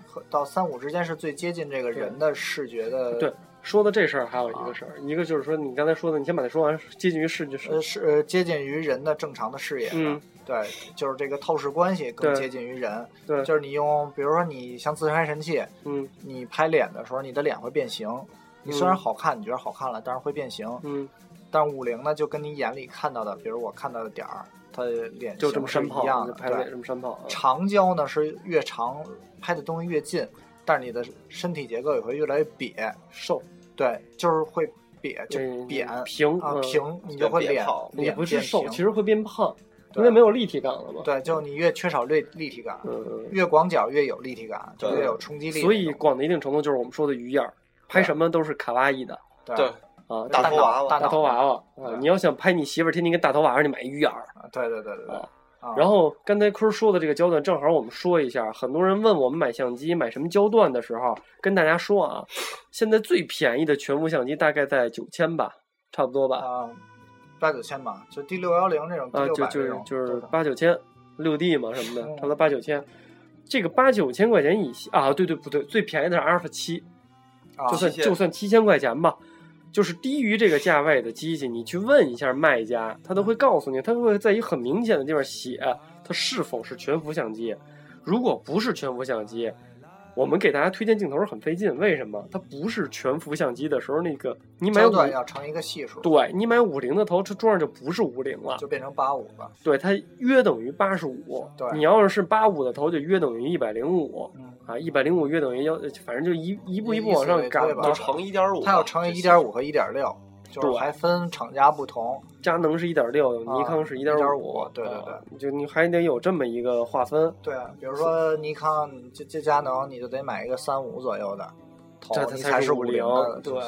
和到三五之间是最接近这个人的视觉的，对说的这事儿还有一个事儿，一个就是说你刚才说的，你先把它说完，接近于视觉啊呃是呃接近于人的正常的视野的，嗯，对，就是这个透视关系更对接近于人，对，就是你用比如说你像自拍神器，嗯你拍脸的时候，你的脸会变形。你虽嗯然好看，你觉得好看了，但是会变形。嗯，但是五菱呢，就跟你眼里看到的，比如我看到的点儿，它的脸就这么型山是炮一样就的。拍的对也，这么山炮啊，长焦呢是越长，拍的东西越近，但是你的身体结构也会越来越瘪，瘦，对，就是会瘪，就嗯扁平啊嗯平，你就会变脸胖也脸不是变瘦，平其实会变胖，因对为没有立体感了嘛。对，就你越缺少立立体感，嗯，越广角越有立体感，就对越有冲击力那种。呃所以广的一定程度就是我们说的鱼眼儿，拍对什么都是卡哇伊的对对，啊，大头娃娃大大头娃娃啊，对你要想拍你媳妇儿，天天跟大头娃娃，你买鱼眼儿。对对对对对啊。啊然后刚才坤儿说的这个焦段，正好我们说一下，很多人问我们买相机买什么焦段的时候，跟大家说啊，现在最便宜的全幅相机大概在九千吧，差不多吧，啊，八九千吧，就 D 六幺零这种，D 啊，六就百就这是种，就是对八九千，六 D 嘛什么的，嗯差不多八九千。这个八九千块钱以下啊，对对不对，最便宜的是阿尔法七，啊就算7000就算七千块钱吧，就是低于这个价位的机器，你去问一下卖家，他都会告诉你，他会在一很明显的地方写它是否是全幅相机。如果不是全幅相机，我们给大家推荐镜头是很费劲，为什么？它不是全幅相机的时候，那个你买焦五段要乘一个系数，对你买五零的头，这桌上就不是五零了就，变成八五了。对它约等于八十五对。你要是八五的头，就约等于一百零五嗯，啊，一百零五约等于幺，反正就一一步一步一往思上维赶推吧吧就。乘一点五，它要乘以一点五和一点六，就是对还分厂家不同。佳能是一点六，啊尼康是一五1.5，对对对啊，就你还得有这么一个划分。对啊，比如说尼康，你这这佳能，你就得买一个三五左右的头这，你才才是是50零的。对就是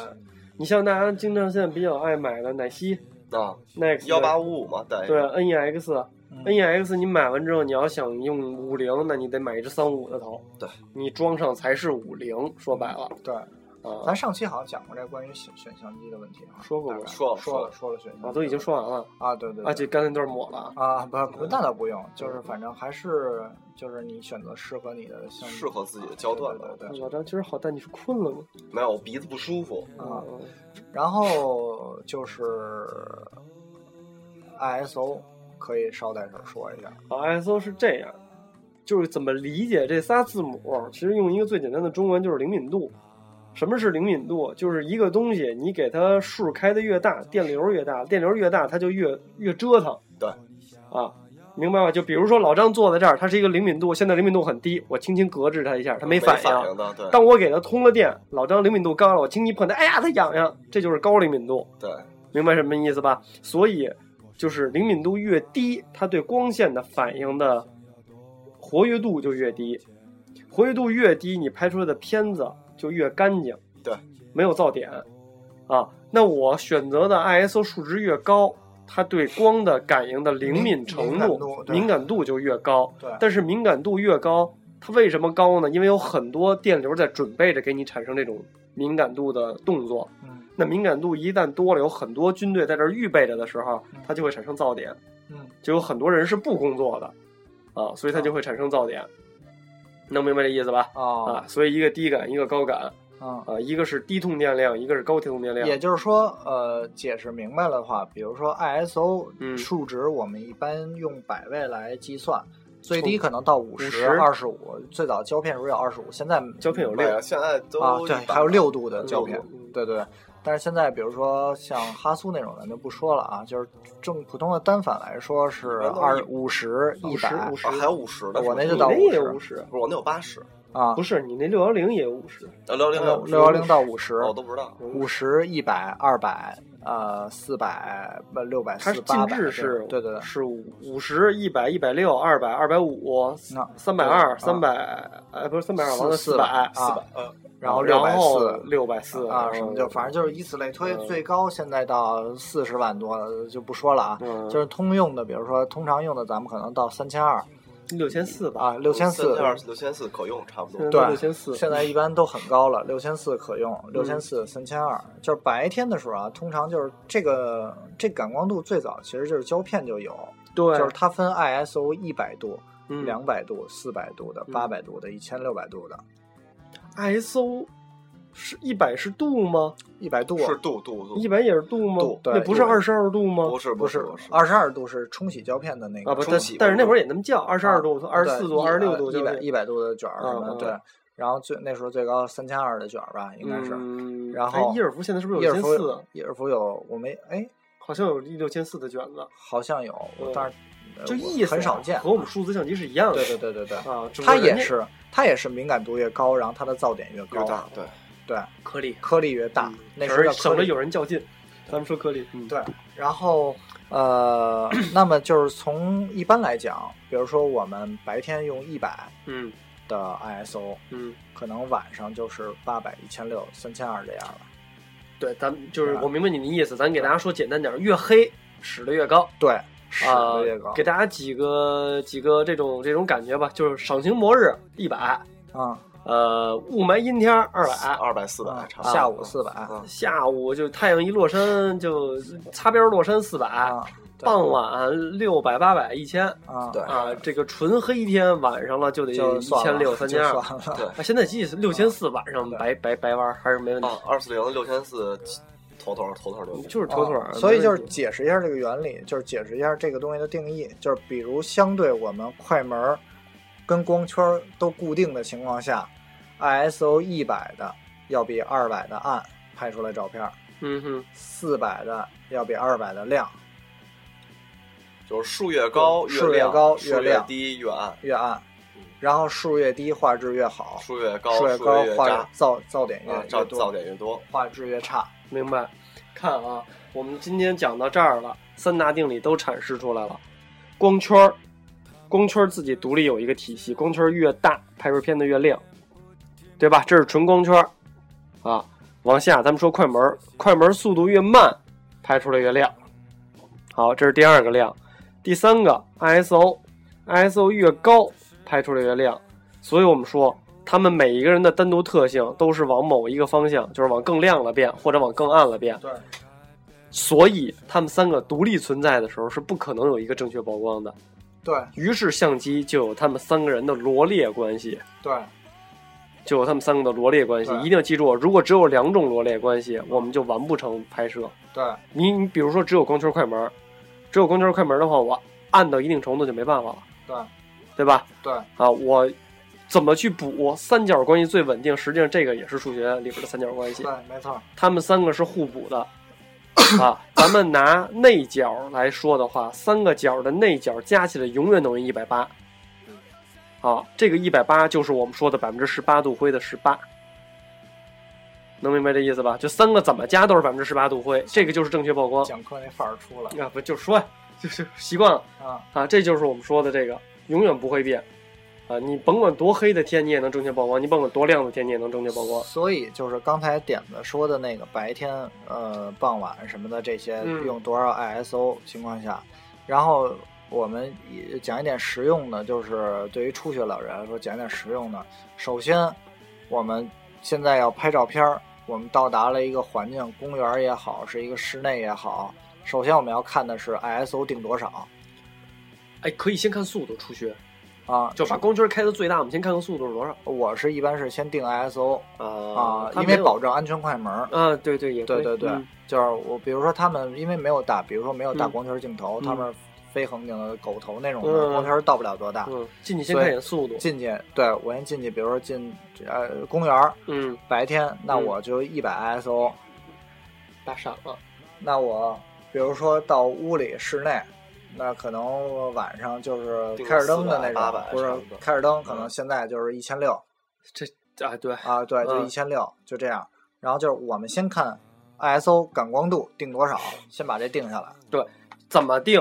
你像大家经常现在比较爱买的奶昔、啊， Nex、幺八五五嘛，对对 E NEX、嗯 NEX，你 E 买完之后你要想用五零，那你得买一只三五的头，对，你装上才是五零。说白了对，啊咱，上期好像讲过这关于选选相机的问题啊，说过吧？说了说说了了，说了选相机啊，都已经说完了啊，对对啊，对。这刚才都是抹了啊。啊，不不，那倒不用，就是反正还是就是你选择适合你的相机，啊适合自己的焦段吧对对对对老张今儿好淡，你是困了吗？嗯没有我鼻子不舒服，啊，然后就是 ISO 可以捎带手说一下，啊，ISO 是这样，就是怎么理解这仨字母？啊其实用一个最简单的中文就是灵敏度。什么是灵敏度？就是一个东西，你给它数开的越大，电流越大，电流越大，它就越越折腾。对，啊，明白吧？就比如说老张坐在这儿，他是一个灵敏度，现在灵敏度很低，我轻轻隔置他一下，他没没反应。应的，对当我给他通了电，老张灵敏度高了，我轻易碰他，哎呀，他痒痒，这就是高灵敏度。对，明白什么意思吧？所以就是灵敏度越低，它对光线的反应的活跃度就越低，活跃度越低，你拍出来的片子就越干净，对，没有噪点啊。那我选择的 ISO 数值越高，它对光的感应的灵敏程敏度、敏感度对敏感度就越高。对但是敏感度越高，它为什么高呢？因为有很多电流在准备着给你产生这种敏感度的动作。嗯那敏感度一旦多了，有很多军队在这儿预备着的时候，它就会产生噪点，嗯，就有很多人是不工作的，啊，所以它就会产生噪点，能明白这意思吧？哦啊，所以一个低感，一个高感，嗯，啊，一个是低通电量，一个是高通电量，也就是说，呃，解释明白了的话，比如说 ISO 嗯数值，我们一般用百位来计算，最从低可能到五十、 50二十五，最早胶片时候有二十五，现在胶片有对六啊，，现在都啊，对，还有六度的嗯胶片六度嗯，对对对。但是现在，比如说像哈苏那种，咱就不说了啊，就是正普通的单反来说是一般都二一五十、一百啊，还有五十的，我那是就吧到你那也50五十，不是我那有八十，啊不，是你那六幺零也五十，呃，六零六六幺零到五十，我都不知道，五十、一百、二百，呃，四百、不六百、它四是八近百，制是，对对对，是五十、一百、一百六、二百、二百五、那三百二、对三啊百，呃，不是三百二，完了四四百，啊，呃，然后然六百后四。六百四啊，什么就反正就是以此类推，嗯最高现在到四十万多了就不说了啊，嗯就是通用的，比如说通常用的，咱们可能到三千二，六千四吧，啊，六千四，二六千四可用，差不多。对六千四，现在一般都很高了，六千四可用，六千四、三千二。就是白天的时候啊，通常就是这个这感光度最早其实就是胶片就有，对，就是它分 ISO 一百度、嗯两百度、四百度的、嗯八百度的、一千六百度的。 ISO 是一百是度吗？一百度是度度度一，百也是度吗？度对那不是度二十二度吗不？是不是是不是，二十二度是冲洗胶片的那啊不个，，但啊冲洗但是那吧会儿也那么叫，二十二度、二十四度、二十六度，一百一百度的卷儿什么嗯嗯的，对。然后最那时候最高三千二的卷儿吧，应该是。是然后哎伊尔福现在是不是嗯伊有尔六福千有四？伊尔福有我没哎，好像有六千四的卷子，好像有，嗯但是呃就我意思很少啊见。和我们数字相机是一样的。对对对对对，啊，只不过它也人家是它也是敏感度越高，然后它的噪点越越高，大对。对，颗粒颗粒越大嗯，那时省候叫着颗省着粒有。人较劲。咱们说颗粒，嗯，对，然后呃，那么就是从一般来讲，比如说我们白天用一百嗯的 ISO，嗯，可能晚上就是八百、一千六、三千二这样了。对，咱们就是对啊吧我明白你的意思，咱给大家说简单点儿，越黑使得越高。对，使啊得越高，给大家几个几个这种这种感觉吧，就是赏晴末日一百，嗯，呃，雾霾阴天二啊百，二百四百差不多。下午四百嗯下午就太阳一落山就擦边落山四百，啊，对傍晚六百八百一千啊，对啊，这个纯黑天晚上了就得就一算千了六三千二就。算了。嗯啊，现在即使六千四晚上白白白玩还是没问题，啊，二四零六千四，头头头头牛逼。就是妥妥啊儿。所以就是没问题解释一下这个原理，就是解释一下这个东西的定义，就是比如相对我们快门儿跟光圈儿都固定的情况下，ISO 一百的要比二百的暗拍出来照片儿，嗯哼，四百的要比二百的亮，就是树越高对树越亮，高树越越亮低越暗，越暗，然后数越低画质越好，树越嗯高数越高越画渣噪噪点越啊，越噪噪多，点越多。画质越差。明白。看啊，我们今天讲到这儿了，三大定理都阐释出来了。光圈儿，光圈儿自己独立有一个体系，光圈儿越大，拍出片子越亮，对吧？这是纯光圈儿啊。往下，咱们说快门儿，快门儿速度越慢，拍出来越亮。好，这是第二个亮。第三个 ISO，ISO 越高，拍出来越亮。所以我们说，他们每一个人的单独特性都是往某一个方向，就是往更亮了变，或者往更暗了变。对，所以他们三个独立存在的时候是不可能有一个正确曝光的。对于是相机就有他们三个人的罗列关系，对就有他们三个的罗列关系。对一定要记住，如果只有两种罗列关系，我们就完不成拍摄。对你你比如说只有光圈快门儿，只有光圈快门儿的话，我按到一定程度就没办法了，对对吧？对啊，我怎么去补三角关系最稳定？实际上这个也是数学里边的三角关系，对，没错儿。它们三个是互补的。啊，咱们拿内角来说的话，三个角的内角加起来永远等于一百八。嗯啊，这个一百八就是我们说的百分之十八度灰的十八，能明白这意思吧？就三个怎么加都是百分之十八度灰，这个就是正确曝光。讲课那范儿出来啊，不就说呀，就是习惯了。啊，啊，这就是我们说的这个永远不会变啊！你甭管多黑的天，你也能正确曝光；你甭管多亮的天，你也能正确曝光。所以就是刚才点子说的那个白天、呃傍晚什么的这些嗯用多少 ISO 情况下，然后我们也讲一点实用的，就是对于初学老人来说讲一点实用的。首先，我们现在要拍照片儿，我们到达了一个环境，公园儿也好，是一个室内也好，首先我们要看的是 ISO 定多少哎，可以先看速度出学，啊。就把光圈开到最大，我们先看看速度是多少我是一般是先定 ISO 啊啊，因为保证安全快门儿。啊，对对也对可以对对，嗯就是我，比如说他们因为没有大，比如说没有大嗯光圈镜头，嗯他们飞横镜的狗头那种的、嗯光圈到不了多大。嗯，进去先看一眼速度，进去，对我先进去，比如说进呃公园儿嗯，白天，那嗯我就一百 ISO，、打闪了，那我比如说到屋里室内。那可能晚上就是定个开着灯的那400种800，不是差不多开着灯，可能嗯现在就是一千六这啊对，啊，对，就嗯一千六，就这样。然后就是我们先看 ISO 感光度定多少，先把这定下来。怎么定？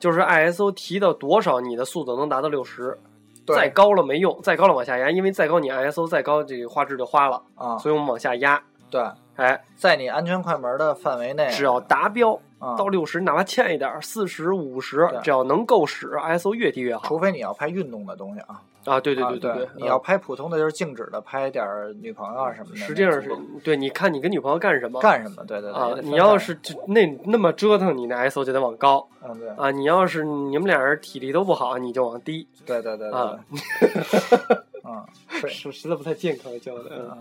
就是 ISO 提到多少，你的速度能达到六十，对再高了没用，再高了往下压，因为再高你 ISO 再高，这个画质就花了，啊，所以我们往下压。对，哎，在你安全快门的范围内，只要达标哎啊到六十，哪怕欠一点，四十五十对，只要能够使，ISO 越低越好除非你要拍运动的东西啊，啊！对对啊对对对，你要拍普通的，就是静止的，拍点儿女朋友啊什么的，实际上是对，你看你跟女朋友干什么干什么？对对对，啊也？得分你要开是就那那么折腾，你那 ISO 就得往高嗯对啊！你要是你们俩人体力都不好，你就往低对对对对啊， 对，嗯，实实在不太健康教的。嗯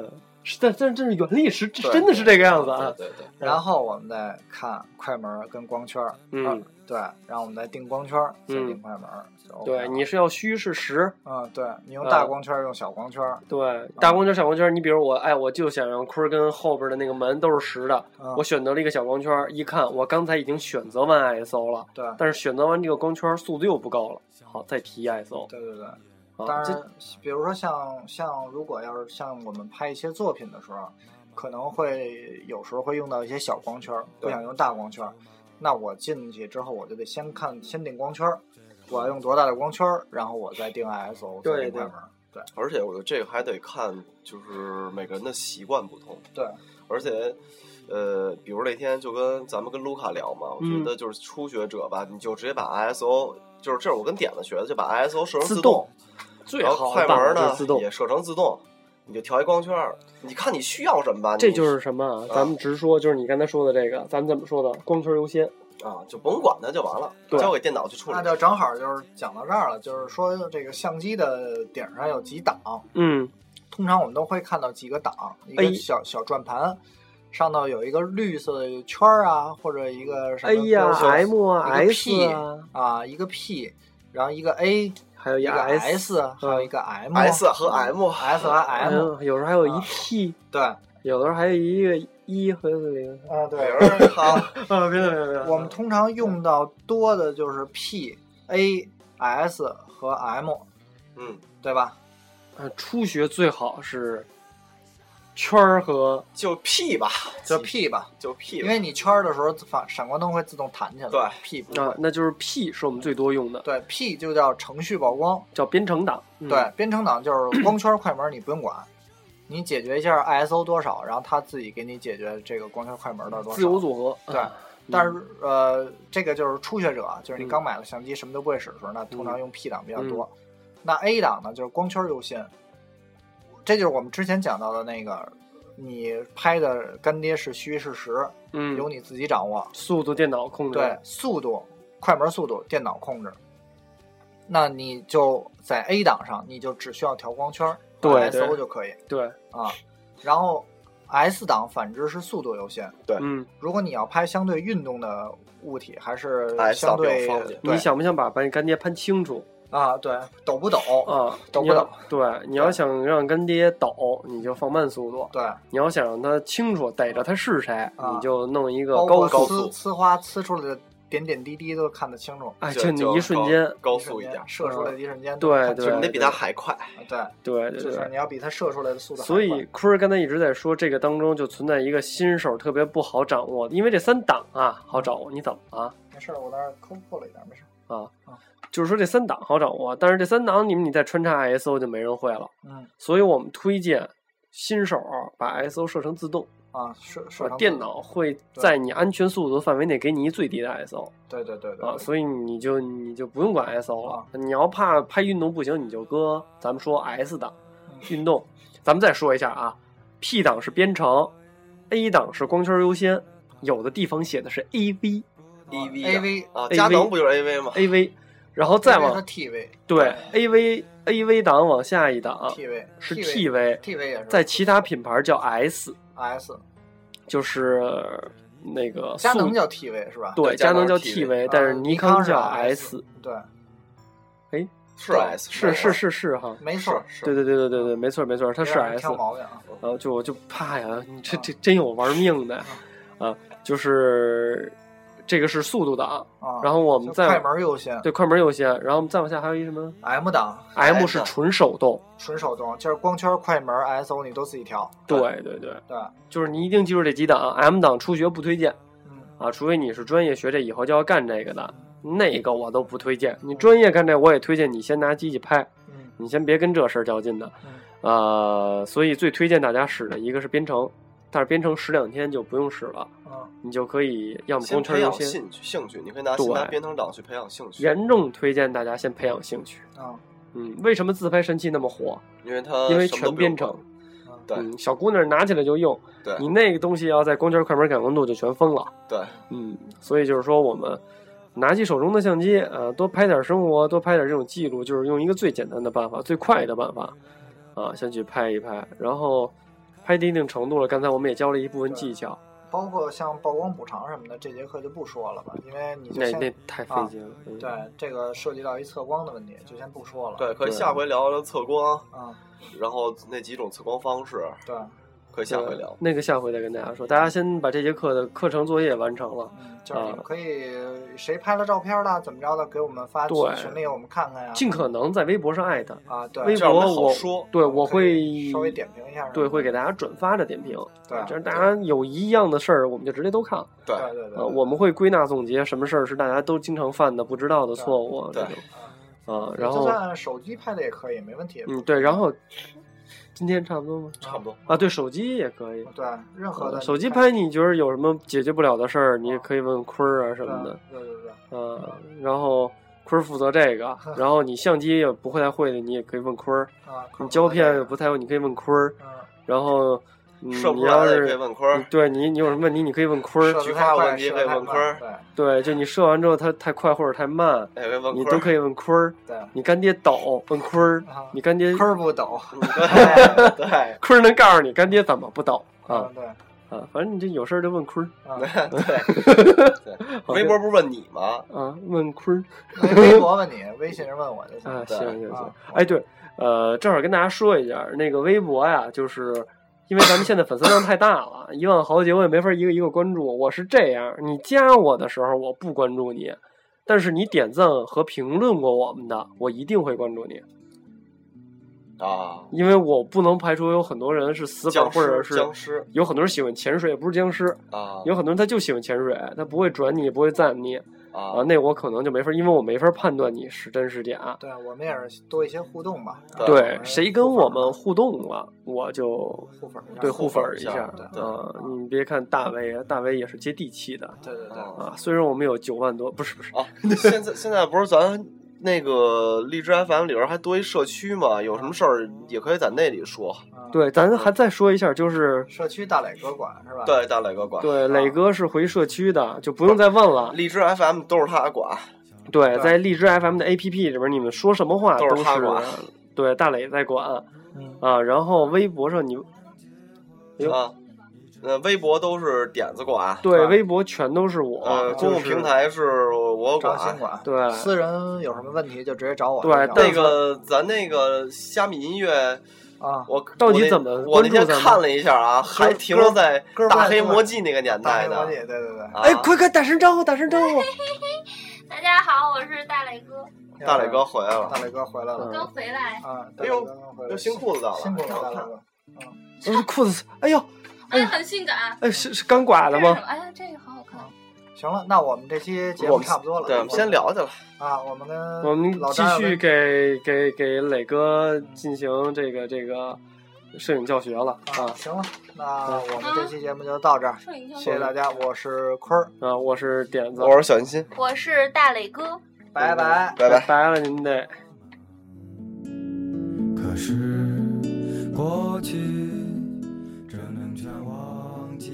嗯是，但但这是原理是对真的是这个样子啊！对对对，然后我们再看快门跟光圈儿，嗯啊对，然后我们再定光圈儿，再嗯定快门儿，就 OK 了对，你是要虚是实，嗯对，你用呃大光圈儿用小光圈儿，对，大光圈、小光圈，你比如我，哎，我就想让坤儿跟后边的那个门都是实的，嗯我选择了一个小光圈，一看我刚才已经选择完 ISO 了，对但是选择完这个光圈速度又不够了，好，再提 ISO。对对对。啊，当这然，比如说像像如果要是像我们拍一些作品的时候，啊可能会有时候会用到一些小光圈儿，不想用大光圈儿。那我进去之后，我就得先看先定光圈儿，我要用多大的光圈儿，然后我再定 ISO，再对定对快门儿。对而且我觉得这个还得看，就是每个人的习惯不同，对，而且。呃，比如那天就跟咱们跟卢卡聊嘛，我嗯觉得就是初学者吧，你就直接把 ISO，就是这是我跟点子学的，就把 ISO 设成自动动，最然后好快的办法门就是呢自动，也设成自动，你就调一光圈儿，你看你需要什么吧，这你就是什么啊？啊咱们直说，就是你刚才说的这个，咱们怎么说的？光圈优先。啊，就甭管它就完了，对交给电脑去处理那。就正好就是讲到这儿了，就是说这个相机的顶上有几档，嗯，通常我们都会看到几个档，一哎个小小转盘，上头有一个绿色的圈儿啊，或者一个什么哎呀标签，M 啊一个 P S 啊，啊，一个 P，然后一个 A，还有一一个 S， S，还有一个 M。 S 和 M， S 和哎 M，嗯有时候还有一啊 T，对，啊有的时候还有一个一和零。比对。如说它啊，别别别别我们通常用到多的就是 P、A、S 和 M，嗯，对吧？呃，初学最好是圈儿和就 P 吧，就 P 吧，就 P 因吧。为你圈儿的时候，反闪光灯会自动弹起来。对，P 不啊会，。那就是 P 是我们最多用的，对，P 就叫程序曝光。叫编程档。嗯对，编程档就是光圈快门，你不用管，你解决一下 ISO 多少，然后它自己给你解决这个光圈快门的多少。自由组合。对啊，但是呃，这个就是初学者啊，就是你嗯刚买了相机什么都不会使的时候，那通常用 P 档比较多。那 A 档呢，就是光圈优先，这就是我们之前讲到的那个，你拍的干爹是虚是实，嗯由，你自己掌握。速度电脑控制。对，速度，快门速度，电脑控制。那你就在 A 档上，你就只需要调光圈儿，对把 ISO 对就可以对，啊。然后 S 档反之是速度优先，嗯，如果你要拍相对运动的物体，还是哎 S 相档比较对方便你对想不想把把你干爹攀清楚啊，对，抖不抖？啊？抖你不要抖对，你要想让干爹抖，你就放慢速度；对，你要想让他清楚逮着他是谁，啊你就弄一个包高括速。呲呲花呲出来的点点滴滴都看得清楚，哎，就就你就一瞬高间，高速一点，射出来的一瞬间嗯都看对清就楚，啊是你得比它还快。对，对对就是对你。要比它射出来的速度还快。所以坤儿刚才一直在说，这个当中就存在一个新手特别不好掌握，因为这三档啊好掌握，你怎么了没事儿，我那儿抠破了一点，没事儿。啊啊？就是说这三档好掌握，但是这三档你们你再穿插 ISO 就没人会了，嗯所以我们推荐新手把 ISO 设成自动，啊，射射啊成电脑会在你安全速度的范围内给你一最低的 ISO 对对对对啊，所以你就你就不用管 ISO 了啊。你要怕拍运动不行，你就搁咱们说 S 档嗯运动，咱们再说一下啊，P 档是编程，A 档是光圈优先，有的地方写的是 AV A V A V 啊， AV 佳能不就是 A V 吗？ AV，然后再和往 T V 对 AV AV 档往下一档 T V 啊是 T TV， T V 也是在其他品牌叫 S， S 就是那个佳速能叫 T V 是吧？对，对佳佳能能叫叫 TV， TV 但是啊尼尼康是叫 S 对，是 S，是是 S 是是哈，没错嗯儿，对对对对对对，没错没错，它别是让人 S，挑毛嗯病啊。然后就我就怕呀，你这这真有玩命的嗯啊，就是这个是速度档，啊，然后我我们快再门优先对快门优先，然后我们再往下还有一什么 M 档 M 是纯手动，纯手动，就是光圈、快门、ISO 你都自己调。对对对，对，就是你一定记住这几档，M 档初学不推荐嗯，啊，除非你是专业学这以后就要干这个的。那个我都不推荐，你专业干这我也推荐你先拿机器拍，嗯你先别跟这事儿较劲的嗯。呃，所以最推荐大家使的一个是编程，但是编程十两天就不用使了，啊，你就可以要么先工程培优养先。兴趣，兴趣，你可以拿新对拿编程岛去培养兴趣，严重推荐大家先培养兴趣。啊，嗯，为什么自拍神器那么火？因为它因为什么都全不用编程管。对嗯，小姑娘拿起来就用，对你那个东西要在光圈、快门、感光度就全疯了。对，嗯，所以就是说，我们拿起手中的相机，呃，多拍点生活，多拍点这种记录，就是用一个最简单的办法、最快的办法，啊，先去拍一拍，然后拍到一定程度了，刚才我们也教了一部分技巧，包括像曝光补偿什么的，这节课就不说了吧，因为你就那那先太费啊劲了。嗯对这个涉及到一测光的问题，就先不说了。对，可以对下回聊聊测光，啊，然后那几种测光方式，对，可以下回聊。嗯那个下回再跟大家说，大家先把这节课的课程作业完成了。嗯，就是你啊们可以谁拍了照片了，怎么着的，给我们发对群里，我们看嗯看呀。尽可能在微博上艾特，啊，微对，这样我们博好我说对我可会以稍微点评一下。对会给大家转发着点评，对就是大家有一样的事儿，我们就直接都看。对对对对呃，我们会归纳总结什么事儿是大家都经常犯的不知道的错误啊对这种，啊，然就后算手机拍的也可以，没问题。嗯对，然后今天差不多吗？差不多。啊，对手机也可以，对，任何呃的手机你拍你觉得有什么解决不了的事儿，你也可以问坤儿啊什对么的。对对啊对，呃，然后坤儿负责这 个，然后你相机也不会太会的，你也可以问坤儿。啊，你胶片不太会，你可以问坤儿。嗯，然后，嗯、射不你出来要的也是可以问坤儿你对你，你有什么问题你可以问坤射儿。得菊太花快问题射可以得太问慢坤儿对对，就你射完之后它太快或者太慢，哎，可以问你坤儿，都可以问坤儿。对，你干爹抖，问坤儿啊。你干爹坤儿不抖， 对对坤儿能告诉你干爹怎么不抖啊嗯对，啊！反正你这有事儿就问坤儿啊，对，微博不是问你吗？啊，问坤儿。微微博问你，微信上问我就行啊，了。对行行行啊，哎，对，呃，正好跟大家说一下，那个微博呀，就是因为咱们现在粉丝量太大了，一万好几，我也没法一个一个关注。我是这样，你加我的时候我不关注你，但是你点赞和评论过我们的，我一定会关注你，啊，因为我不能排除有很多人是死粉，僵或者尸，是僵尸有很多人喜欢潜水，也不是僵尸，啊有很多人他就喜欢潜水，他不会转你，也不会赞你啊啊，，那我可能就没法，因为我没法判断你是真是假。对，我们也是多一些互动吧。啊然后我对们，谁跟我们互动了，我就互粉一下对互互粉粉儿儿一一下下对啊！你别看大 V，大啊 V 也是接地气的对对对，啊啊。虽然我们有九万多，不是不是，啊，现在现在不是咱那个荔枝 FM 里边还多一社区嘛，有什么事儿也可以在那里说。啊嗯，对，咱还再说一下，就是社区大磊哥管是吧？对，大磊哥管。对磊哥是回社区的，就不用再问了。荔枝 FM 都是他管，对，在荔枝 FM 的 APP 里边，你们说什么话都啊都是是哎他管对大磊在管嗯，啊。然后微博上你哎呦啊，呃，微博都是点子管，对啊微博全都是我呃，，就公共是平台是我张鑫管。管。对私人有什么问题就直接找我就对行了。那个咱那个虾米音乐，啊，我到底我那怎么我那天关注咱们看了一下啊，还停留在哥们儿大黑魔记那个年大代黑呢摩。羯，对对对，啊哎，快快打声招呼，打声哦招呼。哎大家好，我是大磊哥，大磊哥回来了大，磊哥回来了嗯刚回来，啊！哎呦大磊哥回来这了新裤子到了，辛苦了，好大磊看。哥。我的裤子，哎呦，哎，很性感。哎，是是刚刮的这是什吗？么？哎呀，这个好好看。行了，那我们这期节我目们差不多了，对，我们先聊去了。啊，我们跟我们老哦继张续给给给磊哥进行这个这个摄影教学了啊，啊行了，那我们这期节目就到这儿，摄影教谢谢大家，我是坤儿，啊！我是点子，我是小欣欣，我是大磊哥。嗯拜拜。拜拜。拜了您得。可是过去怎能全忘记？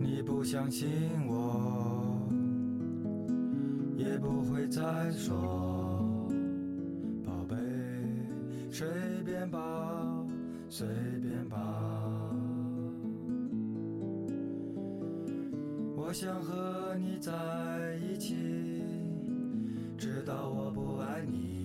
你不相信我，也不会再说，宝贝，随便吧，随便吧。我想和你在一起，直到我不爱你。